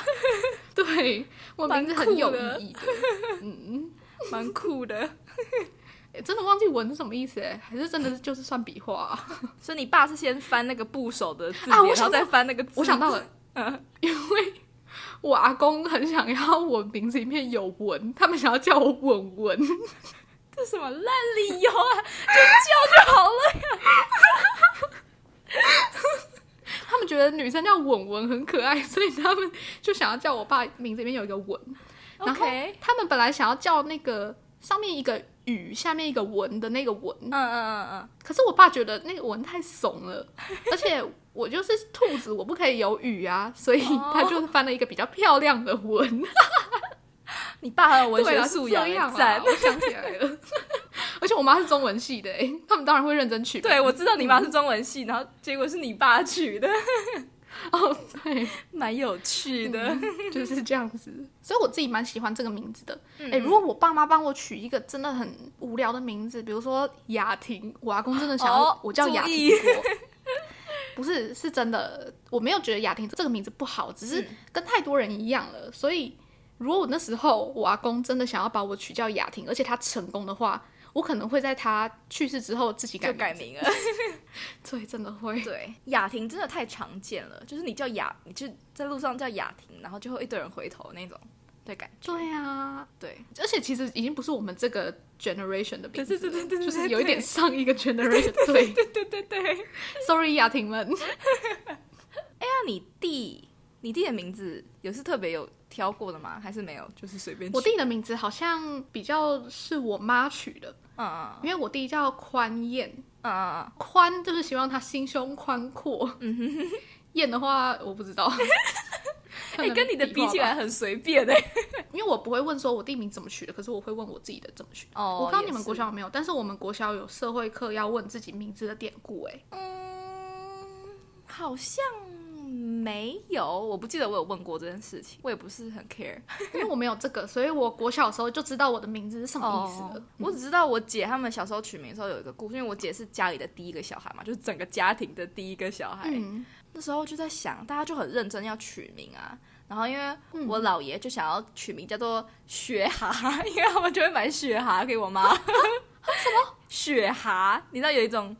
Speaker 3: 对我名字
Speaker 2: 蛮
Speaker 3: 很
Speaker 2: 酷
Speaker 3: 有
Speaker 2: 的
Speaker 3: 意义的，
Speaker 2: 蛮酷的。
Speaker 3: 诶嗯真的忘记文是什么意思哎，还是真的就是算笔画啊、
Speaker 2: 所以你爸是先翻那个部首的字典，
Speaker 3: 啊我
Speaker 2: 然
Speaker 3: 想
Speaker 2: 后
Speaker 3: 到
Speaker 2: 再翻那个字。
Speaker 3: 我想到 <laughs> 了，
Speaker 2: 嗯
Speaker 3: 因为我阿公很想要我名字里面有文，他们想要叫我文文，
Speaker 2: 这什么烂理由啊？就叫就好了。
Speaker 3: 他们们觉得女生叫文文很可爱，所以他们就想要叫我爸名字里面有一个文。然后
Speaker 2: OK，
Speaker 3: 他们本来想要叫那个上面一个雨，下面一个文的那个文，
Speaker 2: 嗯嗯嗯嗯，
Speaker 3: 可是我爸觉得那个文太怂了，而且我就是兔子，我不可以有雨啊，所以 <laughs>
Speaker 2: 哦
Speaker 3: 他就翻了一个比较漂亮的文。
Speaker 2: 你爸很有文
Speaker 3: 对
Speaker 2: 学
Speaker 3: 啊，
Speaker 2: 素
Speaker 3: 是这
Speaker 2: 养
Speaker 3: 样，
Speaker 2: 赞
Speaker 3: 啊，。我想起来了。 <laughs> 而且我妈是中文系的、欸，他们当然会认真取名。
Speaker 2: 对，我啊知道你妈是中文系，然后结果是你爸取的，
Speaker 3: 哦，对，
Speaker 2: <laughs> 蛮有趣的。 <laughs>
Speaker 3: 就是这样子。所以我自己蛮喜欢这个名字的。哎、
Speaker 2: 嗯
Speaker 3: 如果我爸妈帮我取一个真的很无聊的名字，比如说雅婷，我阿公真的想要、
Speaker 2: 哦
Speaker 3: 我叫雅
Speaker 2: 注
Speaker 3: 婷
Speaker 2: 意
Speaker 3: 过。 <laughs> 不是，是真的，我没有觉得雅婷这个名字不好，只
Speaker 2: 嗯
Speaker 3: 是跟太多人一样了。所以，如果我那时候我阿公真的想要把我取叫雅婷，而且他成功的话，我可能会在他去世之后自己改
Speaker 2: 就
Speaker 3: 名
Speaker 2: 改
Speaker 3: 字。
Speaker 2: 名了，
Speaker 3: 对，真的会。
Speaker 2: 对，雅婷真的太常见了，就是你叫雅，你就在路上叫雅婷，然后就会一堆人回头那种的感觉。
Speaker 3: 对啊，
Speaker 2: 对，
Speaker 3: 而且其实已经不是我们这个 generation 的名字了，
Speaker 2: 对对对对对
Speaker 3: 就是有一点上一个 generation。对
Speaker 2: 对对对对。那
Speaker 3: ，sorry 雅婷们，
Speaker 2: 你弟，你弟的名字有是特别有挑过的吗？还是没有？就是随便取。
Speaker 3: 我弟的名字好像比较是我妈取的，
Speaker 2: 嗯，嗯
Speaker 3: 因为我弟叫宽燕，
Speaker 2: 嗯嗯
Speaker 3: 宽就是希望他心胸宽阔，嗯燕的话我不知
Speaker 2: <laughs>
Speaker 3: 道。
Speaker 2: 嗯，哎、跟你的比起
Speaker 3: 可
Speaker 2: 来
Speaker 3: 能笔
Speaker 2: 很随便哎、
Speaker 3: 画吧，因为我不会问说我弟名怎么取的，可是我会问我自己的怎么取的。
Speaker 2: 哦
Speaker 3: 我不知道你
Speaker 2: 也
Speaker 3: 们
Speaker 2: 是
Speaker 3: 国小有没有，但是我们国小有社会课要问自己名字的典故、哎，
Speaker 2: 嗯，好像没有，我不记得我有问过这件事情，我也不是很 care
Speaker 3: 因为我没有这个，所以我国小的时候就知道我的名字是什么意思了。
Speaker 2: 哦我只知道我姐他们小时候取名的时候有一个故事，因为我姐是家里的第一个小孩嘛，就是整个家庭的第一个小孩。
Speaker 3: 嗯，
Speaker 2: 那时候就在想，大家就很认真要取名啊。然后因为
Speaker 3: 嗯
Speaker 2: 我姥爷就想要取名叫做雪蛤，因为他们就会买雪蛤给我
Speaker 3: <laughs>
Speaker 2: 妈。什么 <laughs> 雪蛤？你知道有一种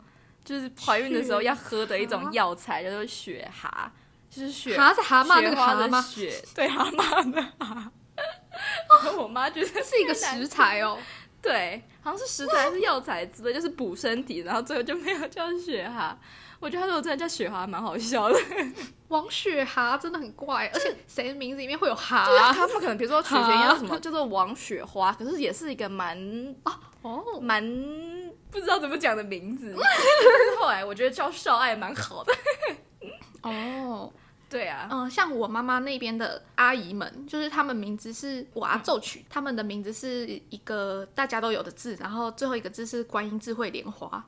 Speaker 2: 就是怀孕的时候要喝的一种药材，叫做雪蛤，就是雪
Speaker 3: 蛤是蛤蟆那
Speaker 2: 雪
Speaker 3: 个
Speaker 2: 花
Speaker 3: 蛤
Speaker 2: 的
Speaker 3: 蟆，
Speaker 2: 雪，对蛤蟆的蛤。然后我妈觉得
Speaker 3: 这是一个食材哦。
Speaker 2: 对，好像是食材还是药材之类，就是补身体，然后最后就没有叫雪蛤。我觉得他如果真的叫雪蛤，蛮好笑的。
Speaker 3: 王雪蛤真的很怪，而且谁的名字里面会有蛤
Speaker 2: 就是啊他们可能比如说取学
Speaker 3: 蛤
Speaker 2: 要什么叫做王雪花，可是也是一个蛮
Speaker 3: 哦，
Speaker 2: 蛮不知道怎么讲的名 <laughs> 字。但是后来我觉得叫少爱蛮好的。
Speaker 3: 哦，
Speaker 2: 对啊，
Speaker 3: 嗯、像我妈妈那边的阿姨们，就是她们名字是我
Speaker 2: 嗯
Speaker 3: 阿奏取，她们的名字是一个大家都有的字，然后最后一个字是观音智慧莲花，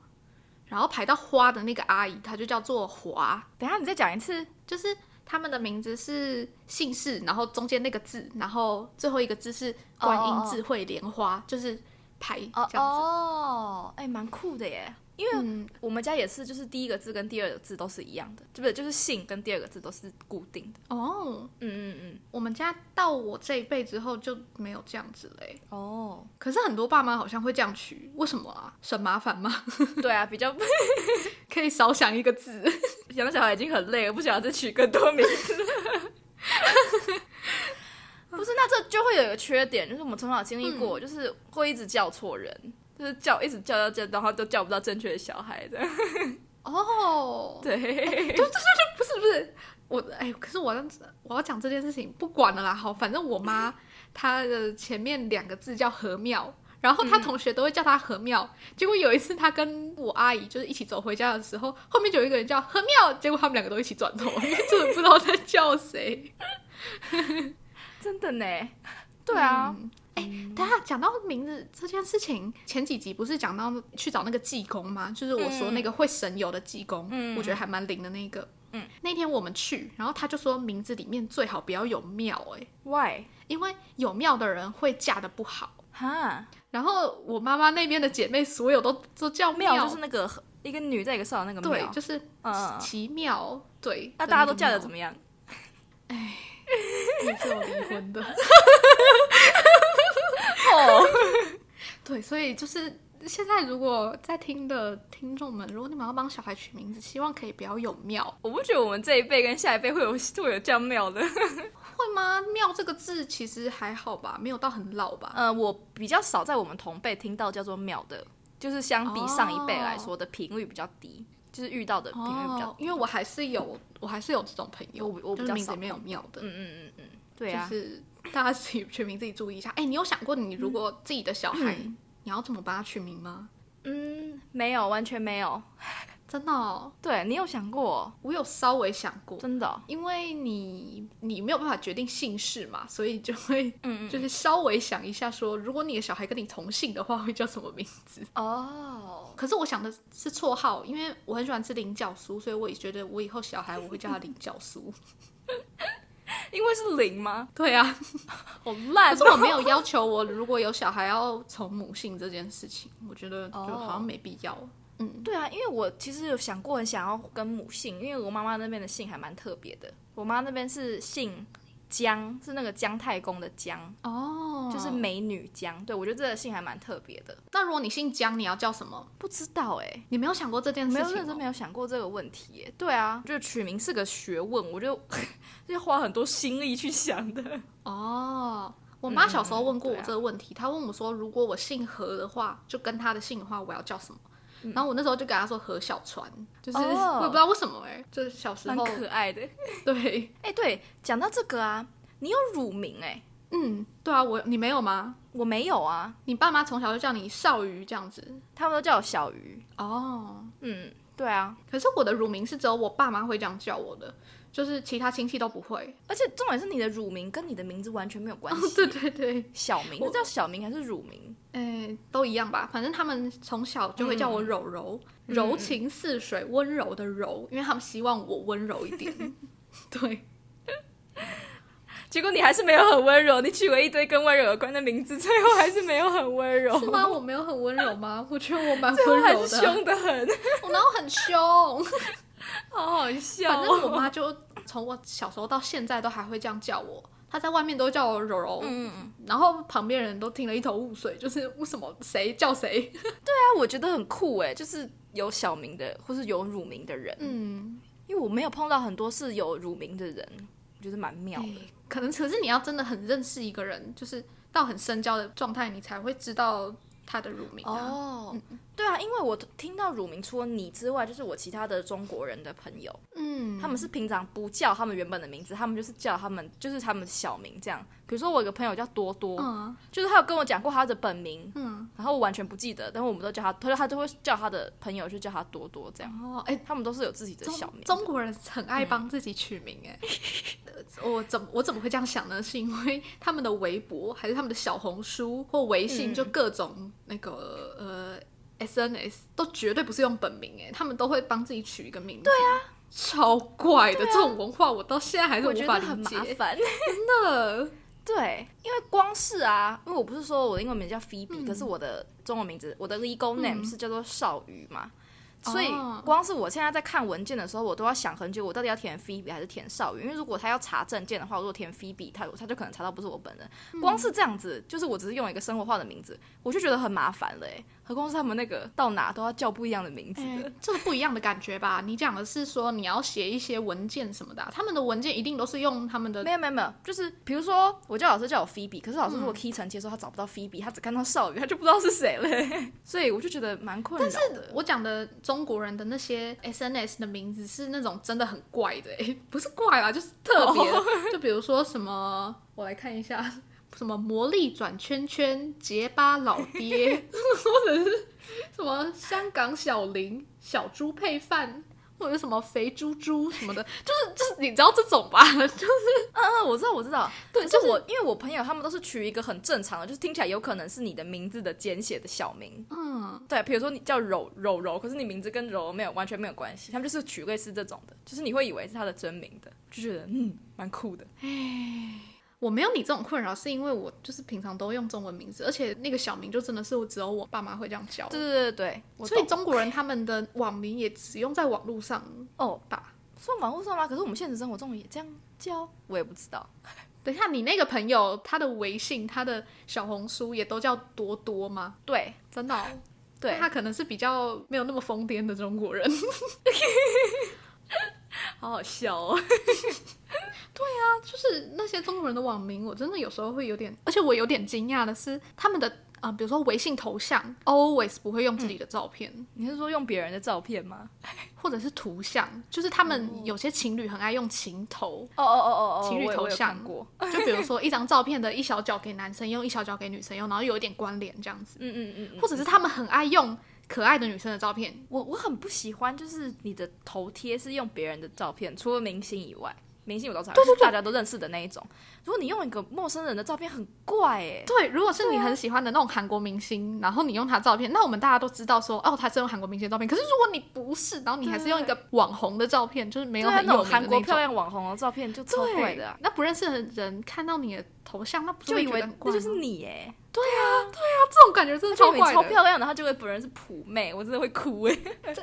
Speaker 3: 然后排到花的那个阿姨，她就叫做华，
Speaker 2: 等一下你再讲一次。
Speaker 3: 就是他们的名字是姓氏，然后中间那个字，然后最后一个字是观
Speaker 2: 哦哦
Speaker 3: 音
Speaker 2: 哦
Speaker 3: 智慧莲花就是排这样
Speaker 2: 哦
Speaker 3: 子。
Speaker 2: 哦，哎，蛮酷的耶。因为
Speaker 3: 嗯，
Speaker 2: 我们家也是，就是第一个字跟第二个字都是一样的，对不对？就是姓跟第二个字都是固定的。
Speaker 3: 哦，
Speaker 2: 嗯嗯
Speaker 3: 我们家到我这一辈之后就没有这样子嘞。
Speaker 2: 嗯。哦，
Speaker 3: 可是很多爸妈好像会这样取，为什么啊？省麻烦吗？ <laughs>
Speaker 2: 对啊，比较
Speaker 3: 可以少想一个字。
Speaker 2: 养到小孩已经很累了，不想要再取更多名 <laughs> 字。不是，那这就会有一个缺点，就是我们从小经历过，就是会一直叫错人，就是叫一直叫叫叫，然后都叫不到正确的小孩的。
Speaker 3: 哦，
Speaker 2: 对，
Speaker 3: 不是不是，我哎，可是我要我要讲这件事情，不管了啦，好，反正我妈她的前面两个字叫和妙，然后她同学都会叫她和妙。结果有一次她跟我阿姨就是一起走回家的时候，后面就有一个人叫和妙，结果他们两个都一起转头，因为真的不知道在叫谁。
Speaker 2: <laughs> 真的呢。对啊，
Speaker 3: 大家讲到名字这件事情，前几集不是讲到去找那个济公吗？就是我说那个会神游的济公，我觉得还蛮灵的那个。
Speaker 2: 嗯，
Speaker 3: 那天我们去，然后他就说名字里面最好不要有妙、哎。
Speaker 2: 喂，
Speaker 3: 因为有庙的人会嫁的不好。
Speaker 2: 哈，
Speaker 3: 然后我妈妈那边的姐妹，所有都都叫
Speaker 2: 哦妙就是那个一个女在一个少那个
Speaker 3: 对
Speaker 2: 妙，，
Speaker 3: 就是
Speaker 2: 嗯嗯嗯
Speaker 3: 奇妙，对。
Speaker 2: 那大家都嫁的怎
Speaker 3: 么？
Speaker 2: 么样？
Speaker 3: 也是有离婚 <laughs> 的，
Speaker 2: <laughs> 哦，
Speaker 3: 对，所以就是现在如果在听的听众们，如果你们要帮小孩取名字，希望可以不要有妙，
Speaker 2: 我不觉得我们这一辈跟下一辈会有会有叫妙的。
Speaker 3: 会吗？妙这个字其实还好吧，没有到很老吧。
Speaker 2: 呃，我比较少在我们同辈听到叫做庙的，就是相比上一辈来说的频率比较低。就是遇到的频率嗯比较
Speaker 3: 哦，因为我还是有，我还是有这种朋友，
Speaker 2: 我我比
Speaker 3: 就是
Speaker 2: 较
Speaker 3: 名字
Speaker 2: 少
Speaker 3: 里面有妙的，
Speaker 2: 嗯嗯嗯嗯，对啊，
Speaker 3: 就是大家自己取名自己注意一下。哎、你有想过你如果自己的小孩，
Speaker 2: 嗯
Speaker 3: 你要怎么帮他取名吗？
Speaker 2: 嗯，没有，完全没有。
Speaker 3: 真的、哦，
Speaker 2: 对你有想过，
Speaker 3: 我有稍微想过，
Speaker 2: 真的哦、
Speaker 3: 因为你你没有办法决定姓氏嘛，所以就会
Speaker 2: 嗯嗯
Speaker 3: 就是稍微想一下说，如果你的小孩跟你同姓的话，会叫什么名字？
Speaker 2: 哦，
Speaker 3: 可是我想的是绰号，因为我很喜欢吃菱角酥，所以我也觉得我以后小孩我会叫他菱角
Speaker 2: <laughs>
Speaker 3: 酥。
Speaker 2: 因为是零吗？
Speaker 3: 对啊，
Speaker 2: 好烂、
Speaker 3: 可
Speaker 2: 哦，
Speaker 3: 是我没有要求我如果有小孩要从母姓这件事情，我觉得就好
Speaker 2: 哦
Speaker 3: 像没必要。嗯，
Speaker 2: 对啊，因为我其实有想过很想要跟母姓，因为我妈妈那边的姓还蛮特别的。我妈那边是姓姜，是那个姜太公的姜，
Speaker 3: 哦
Speaker 2: 就是美女姜。对我觉得这个姓还蛮特别的，
Speaker 3: 那如果你姓姜，你要叫什么？
Speaker 2: 不知道哎、
Speaker 3: 你没有想过这件事
Speaker 2: 没
Speaker 3: 情、哦
Speaker 2: 有认真没有想过这个问题耶、对啊，就取名是个学问，我就 <laughs> 就要花很多心力去
Speaker 3: <laughs>
Speaker 2: 想的。
Speaker 3: 哦，我妈小时候问过我
Speaker 2: 对啊
Speaker 3: 这个问题，她问我说，如果我姓何的话，就跟她的姓的话，我要叫什么？
Speaker 2: 嗯
Speaker 3: 然后我那时候就给她说何小川，就是
Speaker 2: 哦
Speaker 3: 我也不知道为什么哎、就是小时
Speaker 2: 蛮
Speaker 3: 候
Speaker 2: 可爱的，
Speaker 3: 对，
Speaker 2: 哎、对，讲到这个啊，你有乳名哎、
Speaker 3: 嗯，对啊，我你没有吗？
Speaker 2: 我没有啊，
Speaker 3: 你爸妈从小就叫你少鱼这样子
Speaker 2: 他们都叫我小鱼。
Speaker 3: 哦，
Speaker 2: 嗯，对啊，
Speaker 3: 可是我的乳名是只有我爸妈会这样叫我的，就是其他亲戚都不会。 <laughs>
Speaker 2: 而且重点是你的乳名跟你的名字完全没有关系。
Speaker 3: 哦对对对，
Speaker 2: 小名，
Speaker 3: 我
Speaker 2: 这叫小名还是乳名？
Speaker 3: 哎，都一样吧，反正他们从小就会叫我柔柔，
Speaker 2: 嗯
Speaker 3: 柔情似水，温柔的柔，因为他们希望我温柔一
Speaker 2: <laughs>
Speaker 3: 点。对，
Speaker 2: 结果你还是没有很温柔，你取了一堆跟温柔有关的名字，最后还是没有很温
Speaker 3: <laughs>
Speaker 2: 柔，
Speaker 3: 是吗？我没有很温柔吗？我觉得我蛮
Speaker 2: <laughs> 最后
Speaker 3: 温
Speaker 2: 还
Speaker 3: 柔
Speaker 2: 是
Speaker 3: 的，
Speaker 2: 凶的很，
Speaker 3: <laughs> 我哪有很凶？
Speaker 2: 好好 <laughs> 笑
Speaker 3: 反
Speaker 2: 哦、
Speaker 3: 正我妈就从我小时候到现在都还会这样叫我，她在外面都叫我柔柔，
Speaker 2: 嗯，嗯，
Speaker 3: 然后旁边人都听了一头雾水，就是为什么谁叫谁？ <laughs>
Speaker 2: 但我觉得很酷哎，就是有小名的或是有乳名的人，
Speaker 3: 嗯。
Speaker 2: 因为我没有碰到很多是有乳名的人，我觉得蛮妙的。
Speaker 3: 可能可是你要真的很认识一个人，就是到很深交的状态，你才会知道他的乳名啊。
Speaker 2: 哦，对啊，因为我听到乳名除了你之外，就是我其他的中国人的朋友，
Speaker 3: 嗯，
Speaker 2: 他们是平常不叫他们原本的名字，他们就是叫他们就是他们小名这样。比如说我有个朋友叫多多，
Speaker 3: 嗯
Speaker 2: 就是他有跟我讲过他的本名，
Speaker 3: 嗯
Speaker 2: 然后我完全不记得，但我们都叫他，他他都会叫他的朋友去叫他多多这样。
Speaker 3: 哦，哎、
Speaker 2: 他们都是有自己的小
Speaker 3: 中
Speaker 2: 名，嗯
Speaker 3: 中国人很爱帮自己取名哎、 <laughs> 呃我怎么我怎么会这样想呢？是因为 <laughs> 他们的微博还是他们的小红书或微信，
Speaker 2: 嗯
Speaker 3: 就各种那个、呃 SNS 都绝对不是用本名哎、他们都会帮自己取一个名字。对啊。超怪的、这种文化，我到现在还是
Speaker 2: 啊我
Speaker 3: 无
Speaker 2: 觉
Speaker 3: 法
Speaker 2: 得很
Speaker 3: 理
Speaker 2: 麻
Speaker 3: 解。 <laughs>
Speaker 2: 烦。
Speaker 3: 真的，
Speaker 2: 对，因为光是啊，因为我不是说我的英文名
Speaker 3: 嗯
Speaker 2: 叫 Phoebe，、可是我的中文名字，我的 legal name 是叫做少瑜嘛。所以
Speaker 3: 哦
Speaker 2: 光是我现在在看文件的时候，我都要想很久，我到底要填 Phoebe 还是填少瑜？因为如果他要查证件的话，我如果填 Phoebe，他他就可能查到不是我本人。
Speaker 3: 嗯
Speaker 2: <laughs> 光是这样子，就是我只是用一个生活化的名字，我就觉得很麻烦了、欸。何况是他们那个到哪都要叫不一样的名字的。
Speaker 3: 哎这个不一样的感觉吧？你讲的是说你要写一些文件什么的啊、他们的文件一定都是用他们的
Speaker 2: 没有没有没有，就是比如说，我叫老师叫我 Phoebe，可是老师如果 key 成接说他找不到 Phoebe，他只看到少宇，他就不知道是谁了， <laughs> 所以我就觉得蛮困扰的。
Speaker 3: 我讲的中国人的那些 SNS 的名字是那种真的很怪的、欸， <laughs> 不是怪啦，就是特别。 <laughs> 就比如说什么，我来看一下，什么魔力转圈圈、结巴老爹， <laughs> 或者是什么香港小林、小猪配饭，或者什么肥猪猪什么的，就是就是你知道这种吧？ <laughs> 就
Speaker 2: 嗯嗯，我知道我知道，
Speaker 3: 对
Speaker 2: 可
Speaker 3: 就是
Speaker 2: 我因为我朋友他们都是取一个很正常的，就是听起来有可能是你的名字的简写的小名。
Speaker 3: 嗯，
Speaker 2: 对，比如说你叫柔柔柔，可是你名字跟柔柔没有完全没有关系，他们就是取类似这种的，就是你会以为是他的真名的，就觉得嗯蛮酷的。
Speaker 3: 我没有你这种困扰，是因为我就是平常都用中文名字，而且那个小名就真的是我只有我爸妈会这样叫我。
Speaker 2: 对对对对，我
Speaker 3: 所以
Speaker 2: 懂
Speaker 3: 中国人他们的网名也只用在网络上
Speaker 2: 哦，
Speaker 3: 吧。
Speaker 2: 算网络上吗？可是我们现实生活中也这样叫，我也不知道。
Speaker 3: 等一下，你那个朋友他的微信、他的小红书也都叫多多吗？
Speaker 2: 对
Speaker 3: 真的哦、
Speaker 2: 对
Speaker 3: 那，他可能是比较没有那么疯癫的中国人。 <laughs>
Speaker 2: 好好笑哦。
Speaker 3: 就是那些中国人的网名，我真的有时候会有点，而且我有点惊讶的是，他们的啊、比如说微信头像，always 不会用自己的照片，
Speaker 2: <laughs>
Speaker 3: 嗯
Speaker 2: 你是说用别人的照片吗？
Speaker 3: 或者是图像，就是他们有些情侣很爱用情头，
Speaker 2: 哦哦哦哦哦，
Speaker 3: 情侣
Speaker 2: 我也
Speaker 3: 头
Speaker 2: 我也有
Speaker 3: 像
Speaker 2: 看过。
Speaker 3: 就比如说一张照片的一小角给男生用，一小角给女生用，然后有一点关联这样子，
Speaker 2: 嗯嗯嗯嗯，
Speaker 3: 或者是他们很爱用可爱的女生的照片，
Speaker 2: 我我很不喜欢，就是你的头贴是用别人的照片，除了明星以外，明星我都才对对对，大家都认识的那一种。如果你用一个陌生人的照片，很怪哎、
Speaker 3: 对，如果是你很喜欢的那种韩国明星，然后你用他照片，那我们大家都知道说，哦，他是用韩国明星的照片。可是如果你不是，然后你还是用一个网红的照片，就是没
Speaker 2: 没
Speaker 3: 有很有
Speaker 2: 啊那种
Speaker 3: 名的
Speaker 2: 韩国
Speaker 3: 那
Speaker 2: 漂亮网红的照片就超
Speaker 3: 种
Speaker 2: 怪
Speaker 3: 对
Speaker 2: 的、啊，
Speaker 3: 那不认识的人看到你的头像，那不是
Speaker 2: 就
Speaker 3: 会
Speaker 2: 以
Speaker 3: 觉
Speaker 2: 为
Speaker 3: 得很怪
Speaker 2: 那
Speaker 3: 吗
Speaker 2: 就是你哎、
Speaker 3: 那这种感觉真的
Speaker 2: 就
Speaker 3: 超
Speaker 2: 以为你
Speaker 3: 怪
Speaker 2: 超
Speaker 3: 的。
Speaker 2: 漂亮，然后就会本人是普妹，我真的会哭哎、
Speaker 3: 这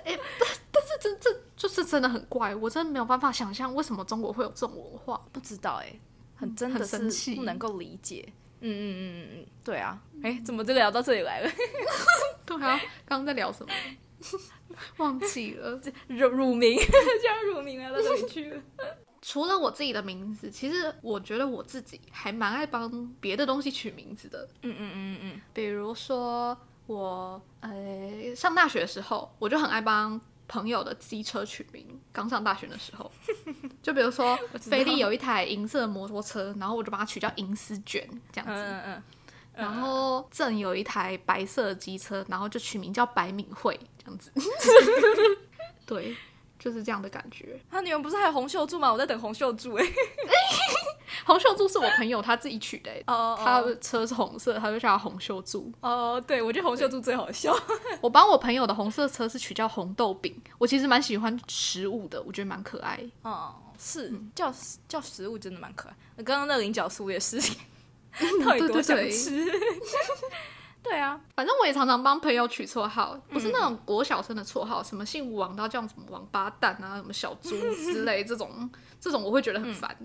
Speaker 3: 这这就是真的很怪，我真的没有办法想象为什么中国会有这种文化。
Speaker 2: 不知道哎、很真
Speaker 3: 很
Speaker 2: 的
Speaker 3: 生
Speaker 2: 是
Speaker 3: 气
Speaker 2: 不能够理解。嗯嗯嗯嗯嗯，对啊，哎、怎么这个聊到这里来了？
Speaker 3: 对啊，刚刚在聊什么？ <laughs> 忘记
Speaker 2: <laughs>
Speaker 3: 了。
Speaker 2: 辱辱名，这样辱名聊到这里去了。
Speaker 3: 除了我自己的名字，其实我觉得我自己还蛮爱帮别的东西取名字的。
Speaker 2: 嗯嗯嗯嗯
Speaker 3: 比如说我呃上大学的时候，我就很爱帮朋友的机车取名。刚上大学的时
Speaker 2: <laughs>
Speaker 3: 候，就比如说
Speaker 2: 知道
Speaker 3: 菲利有一台银色的摩托车，然后我就把它取叫银丝卷这样
Speaker 2: <laughs> 嗯
Speaker 3: 子。
Speaker 2: 嗯嗯，
Speaker 3: 然后郑有一台白色的机车，然后就取名叫白敏慧这
Speaker 2: <laughs>
Speaker 3: 样子。对，就是这样的感觉。
Speaker 2: 啊，你们不是还有红袖柱吗？我在等红袖柱哎、
Speaker 3: 红袖柱是我朋友他自己取的欸、
Speaker 2: <laughs> 哦
Speaker 3: 他的车是红色，他就叫它红袖柱。
Speaker 2: 哦，对，我觉得红袖柱最好笑。
Speaker 3: 我帮我朋友的红色车是取叫红豆饼，我其实蛮喜欢食物的，我觉得蛮可爱。
Speaker 2: 哦，是叫叫食物真的蛮可爱。我刚刚那个菱角酥也 <laughs> 是，到底
Speaker 3: 对
Speaker 2: 多
Speaker 3: 对
Speaker 2: 想
Speaker 3: 对
Speaker 2: 吃？ <laughs> 对啊，
Speaker 3: 反正我也常常帮朋友取绰
Speaker 2: 嗯
Speaker 3: 号，不是那种国小生的绰号，什么姓王到叫什么王八蛋啊，什么小猪之类这
Speaker 2: 嗯
Speaker 3: 种，这种我会觉得很烦。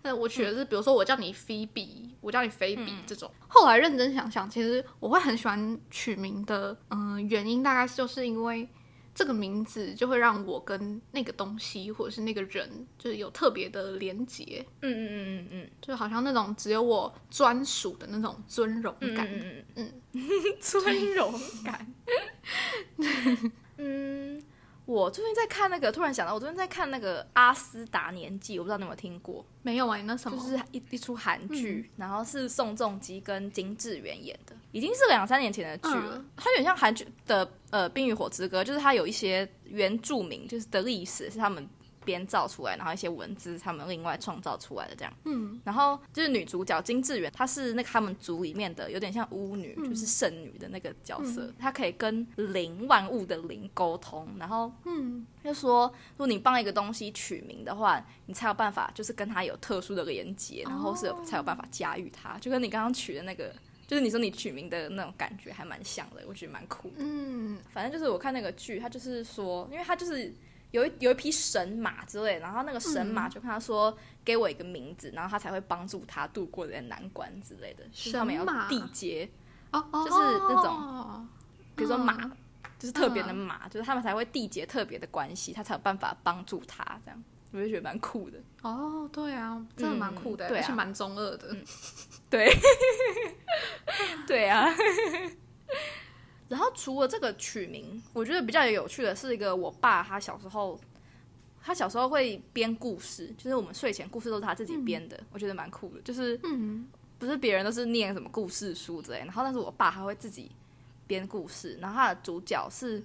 Speaker 3: 那我取的是，比如说我叫你菲比，我叫你菲比
Speaker 2: 嗯
Speaker 3: 这种。后来认真想想，其实我会很喜欢取名的，嗯、原因大概就是因为这个名字就会让我跟那个东西或者是那个人，就是有特别的连结。
Speaker 2: 嗯嗯嗯嗯
Speaker 3: 就好像那种只有我专属的那种尊荣
Speaker 2: 嗯，
Speaker 3: 感。
Speaker 2: 嗯嗯嗯， <laughs> 尊荣感。嗯，我最近在看那个，突然想到，我最近在看那个《阿斯达年纪》，我不知道你有没有听过。
Speaker 3: 没有哎、那什么，
Speaker 2: 就是一一出韩
Speaker 3: 嗯
Speaker 2: 剧，然后是宋仲基跟金智媛演的，已经是两三年前的剧了。
Speaker 3: 嗯
Speaker 2: 它有点像韩剧的呃《冰与火之歌》，就是它有一些原住民就是的历史是他们编造出来，然后一些文字是他们另外创造出来的这样。
Speaker 3: 嗯，
Speaker 2: 然后就是女主角金智媛，她是那个他们族里面的有点像巫女，
Speaker 3: 嗯
Speaker 2: 就是圣女的那个角色，她可以跟灵万物的灵沟通，然后
Speaker 3: 嗯，
Speaker 2: 就说，如果你帮一个东西取名的话，你才有办法，就是跟它有特殊的连接，然后是
Speaker 3: 哦
Speaker 2: 有、才有办法驾驭它。就跟你刚刚取的那个，就是你说你取名的那种感觉，还蛮像的，我觉得蛮酷的。
Speaker 3: 嗯，
Speaker 2: 反正就是我看那个剧，他就是说，因为他就是有一有一匹神马之类，然后那个神
Speaker 3: 嗯
Speaker 2: 马就跟他说、给我一个名字，然后他才会帮助他度过这些难关之类的。就是他们要
Speaker 3: 神马
Speaker 2: 缔结，
Speaker 3: 哦哦，
Speaker 2: 就是那种
Speaker 3: 哦
Speaker 2: 比如说马，
Speaker 3: 嗯
Speaker 2: 就是特别的马，就是他们才会缔结特别的关系，他才有办法帮助他这样。我就觉得蛮酷的， <laughs>
Speaker 3: 哦，对啊，真的蛮酷的、
Speaker 2: 嗯对啊
Speaker 3: 而且蛮中二的。
Speaker 2: 对啊。 <laughs> 然后除了这个取名，我觉得比较有趣的是一个我爸他小时候，他小时候会编故事，就是我们睡前故事都是他自己编的，我觉得蛮酷的。就是
Speaker 3: 嗯，
Speaker 2: 不是别人都是念什么故事书之类，然后但是我爸他会自己编故事，然后他的主角是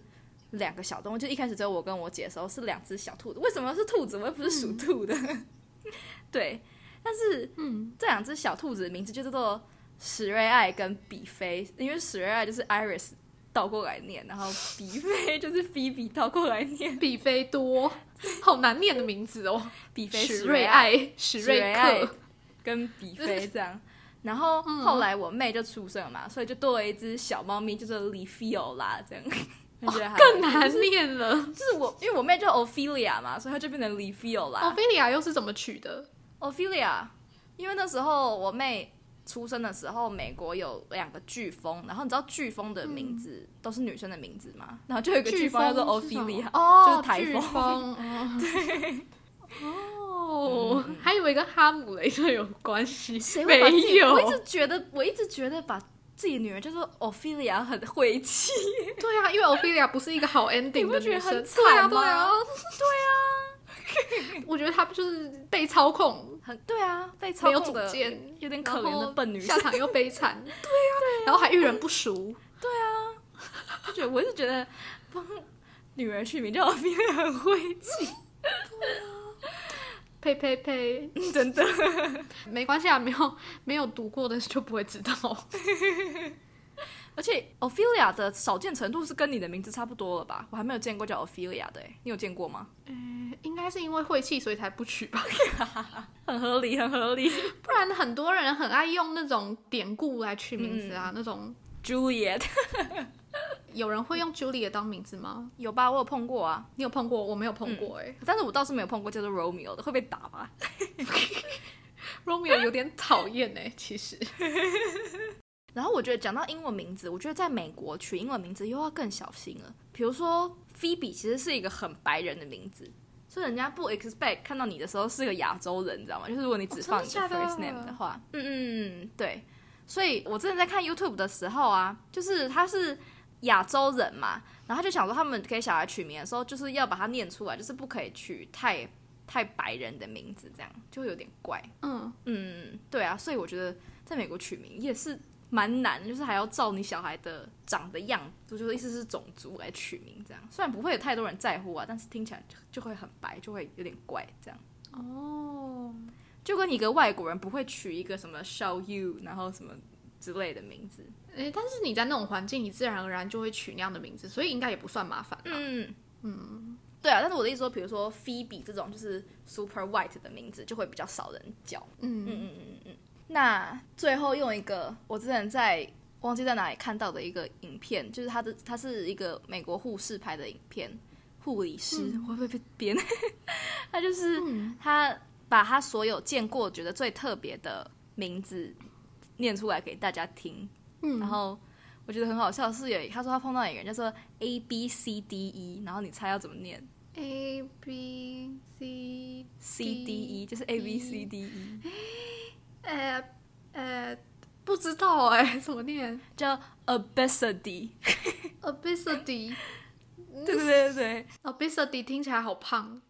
Speaker 2: 两个小动物，就一开始只有我跟我姐的时候是两只小兔子，为什么是兔子？我又不是属兔的，
Speaker 3: 嗯
Speaker 2: <laughs> 对，但是嗯，这两只小兔子的名字就叫做史瑞艾跟比菲，因为史瑞艾就是 Iris 倒过来念，然后比菲就是 Phoebe 倒过来念，
Speaker 3: 比菲多，好难念的名字 <laughs> 哦。
Speaker 2: 比菲
Speaker 3: 史
Speaker 2: 史
Speaker 3: 瑞
Speaker 2: 瑞艾。
Speaker 3: 艾，史
Speaker 2: 瑞
Speaker 3: 瑞
Speaker 2: 艾
Speaker 3: 克，
Speaker 2: 跟比菲这 <laughs> 样。然后后来我妹就出生了嘛，所以就多了一只小猫咪，叫做 l i f i o 啦，这 <laughs> 样。我觉得还
Speaker 3: 更难念 <laughs> 了。
Speaker 2: 就是我，因为我妹叫 Ophelia 嘛，所以她就变成 l i f i o
Speaker 3: 奥
Speaker 2: 啦。
Speaker 3: 菲利亚又是怎么取的？
Speaker 2: Ophelia，因为那时候我妹出生的时候，美国有两个飓风，然后你知道飓风的名字都是女生的名字嘛，然后就有一个嗯飓
Speaker 3: 飓
Speaker 2: 风叫做
Speaker 3: 是什么
Speaker 2: Ophelia，
Speaker 3: 哦，
Speaker 2: 就是台
Speaker 3: 飓
Speaker 2: <laughs>
Speaker 3: 风。哦、 <laughs> 对，哦，
Speaker 2: 嗯
Speaker 3: 还以为跟哈姆雷特有关系，
Speaker 2: 谁会把自
Speaker 3: 没
Speaker 2: 己？
Speaker 3: 有
Speaker 2: 我一直觉得，我一直觉得把自己的女儿叫做 Ophelia 很晦气，
Speaker 3: 对啊，因为 Ophelia 不是一个好 ending 的
Speaker 2: 你不觉
Speaker 3: 女
Speaker 2: 得
Speaker 3: 生，
Speaker 2: 很
Speaker 3: 对啊，
Speaker 2: 惨
Speaker 3: <laughs>
Speaker 2: 吗
Speaker 3: 对啊，对啊，我觉得她就是被操控，
Speaker 2: 很对啊，被操
Speaker 3: 没有
Speaker 2: 控
Speaker 3: 主
Speaker 2: 的
Speaker 3: 见，
Speaker 2: 有点
Speaker 3: 然
Speaker 2: 可怜的
Speaker 3: 后
Speaker 2: 笨女
Speaker 3: 下
Speaker 2: 生。
Speaker 3: 场又悲 <laughs> 惨，对啊，然后还遇人不淑，
Speaker 2: <laughs> 就觉得我是觉得帮女儿取名叫 Ophelia 很晦气，
Speaker 3: 呸呸呸，
Speaker 2: <laughs> 真的。
Speaker 3: 没关系啊，没有没有读过的就不会知道，
Speaker 2: 而且 Ophelia 的少见程度是跟你的名字差不多了吧？我还没有见过叫 Ophelia 的、欸，你有见过吗？
Speaker 3: 嗯应该是因为晦气所以才不取吧。
Speaker 2: 很合理，很合理。
Speaker 3: 不然很多人很爱用那种典故来取名字啊，那种
Speaker 2: Juliet
Speaker 3: 有人会用 Julia 当名字吗？
Speaker 2: 有吧？我有碰过啊，
Speaker 3: 你有碰过？我没有碰过哎、
Speaker 2: 但是我倒是没有碰过叫做 Romeo 的，会被打吧？
Speaker 3: Romeo 有点讨厌哎，其 <laughs> 实
Speaker 2: 然后我觉得讲到英文名字，我觉得在美国取英文名字又要更小心了。比如说 Phoebe 其实是一个很白人的名字，所以人家不 expect 看到你的时候是个亚洲人，你知道吗？就是如果你只放你的
Speaker 3: 哦真的假的
Speaker 2: first name 的话，嗯嗯嗯，对。所以我之前在看 YouTube 的时候啊，就是他是亚洲人嘛，然后他就想说他们给小孩取名的时候，就是要把它念出来，就是不可以取太太白人的名字，这样就会有点怪。
Speaker 3: 嗯，
Speaker 2: 嗯，对啊，所以我觉得在美国取名也是蛮难的，就是还要照你小孩的长的样子，就是意思是种族来取名这样。虽然不会有太多人在乎啊，但是听起来就就会很白，就会有点怪这样。
Speaker 3: 哦，
Speaker 2: 就跟一个外国人不会取一个什么 Shall You，然后什么之类的名字。
Speaker 3: 哎，但是你在那种环境，你自然而然就会取那样的名字，所以应该也不算麻烦吧。
Speaker 2: 嗯嗯，对啊。但是我的意思说，比如说 Phoebe 这种就是 Super White 的名字，就会比较少人叫。
Speaker 3: 嗯嗯
Speaker 2: 那最后用一个我之前在忘记在哪里看到的一个影片，就是他的他是一个美国护士拍的影片，护理师、会不会被编？ <laughs> 他就是、他把他所有见过觉得最特别的名字念出来给大家听，
Speaker 3: 嗯
Speaker 2: 然后。我觉得很好笑，是有他说他碰到一个人叫做 A B C D E，然后你猜要怎么念
Speaker 3: ，A B C
Speaker 2: ？C D E 就是 A B C D E，
Speaker 3: 呃呃，不知道哎， <laughs> 怎么念
Speaker 2: 叫 obesity。 <laughs>
Speaker 3: <laughs> ？Obesity
Speaker 2: 对对对对对，
Speaker 3: Obesity 听起来好胖，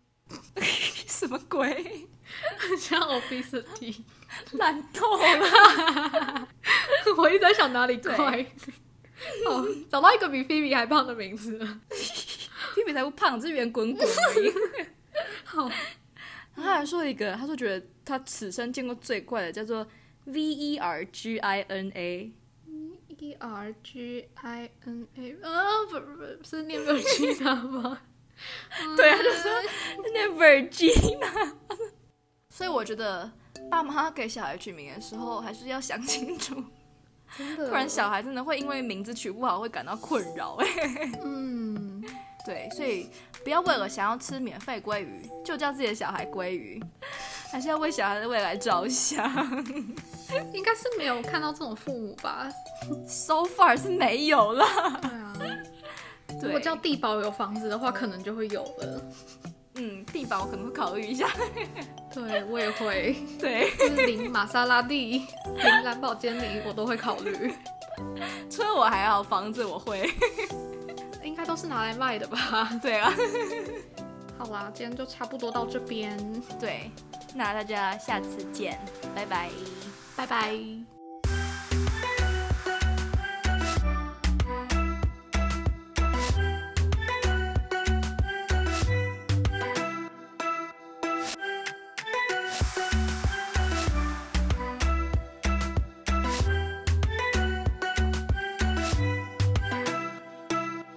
Speaker 2: 什么鬼？
Speaker 3: 很 <laughs> 像 Obesity。
Speaker 2: <laughs> 烂透了。
Speaker 3: <laughs> 我一直在想哪里怪。 <laughs> 哦，找到一个比 Phoebe 还胖的名字了。 <laughs>
Speaker 2: 屁屁才不胖，只是圆滚滚而 <laughs> 已。
Speaker 3: 好，
Speaker 2: 他还说一个，他说觉得他此生见过最怪的叫做 V E R G I N A，
Speaker 3: E R G I N <laughs> A，呃，不不不是念 Virginia 吗？
Speaker 2: 对，他就说那 Virginia。所以我觉得爸妈给小孩取名的时候，还是要想清楚，
Speaker 3: 真的，
Speaker 2: 不然小孩真的会因为名字取不好会感到困扰。哎，
Speaker 3: 嗯，
Speaker 2: 对，所以不要为了想要吃免费鲑鱼就叫自己的小孩鲑鱼，还是要为小孩的未来着想。
Speaker 3: 应该是没有看到这种父母吧？
Speaker 2: So far 是没有啦。
Speaker 3: 对啊， <laughs> 如
Speaker 2: 对
Speaker 3: 果叫地保有房子的话，可能就会有了。
Speaker 2: 嗯，地板我可能会考虑一下。 <laughs>
Speaker 3: 对，我也会，
Speaker 2: 对，
Speaker 3: 就是零玛莎拉蒂、 <laughs> 零蓝宝坚尼，我都会考虑。
Speaker 2: 车我还好，房子我会。 <laughs>
Speaker 3: 应该都是拿来卖的吧？
Speaker 2: 对啊， <laughs>
Speaker 3: 好啦，今天就差不多到这边，
Speaker 2: 对，那大家下次见，拜拜。
Speaker 3: 拜拜。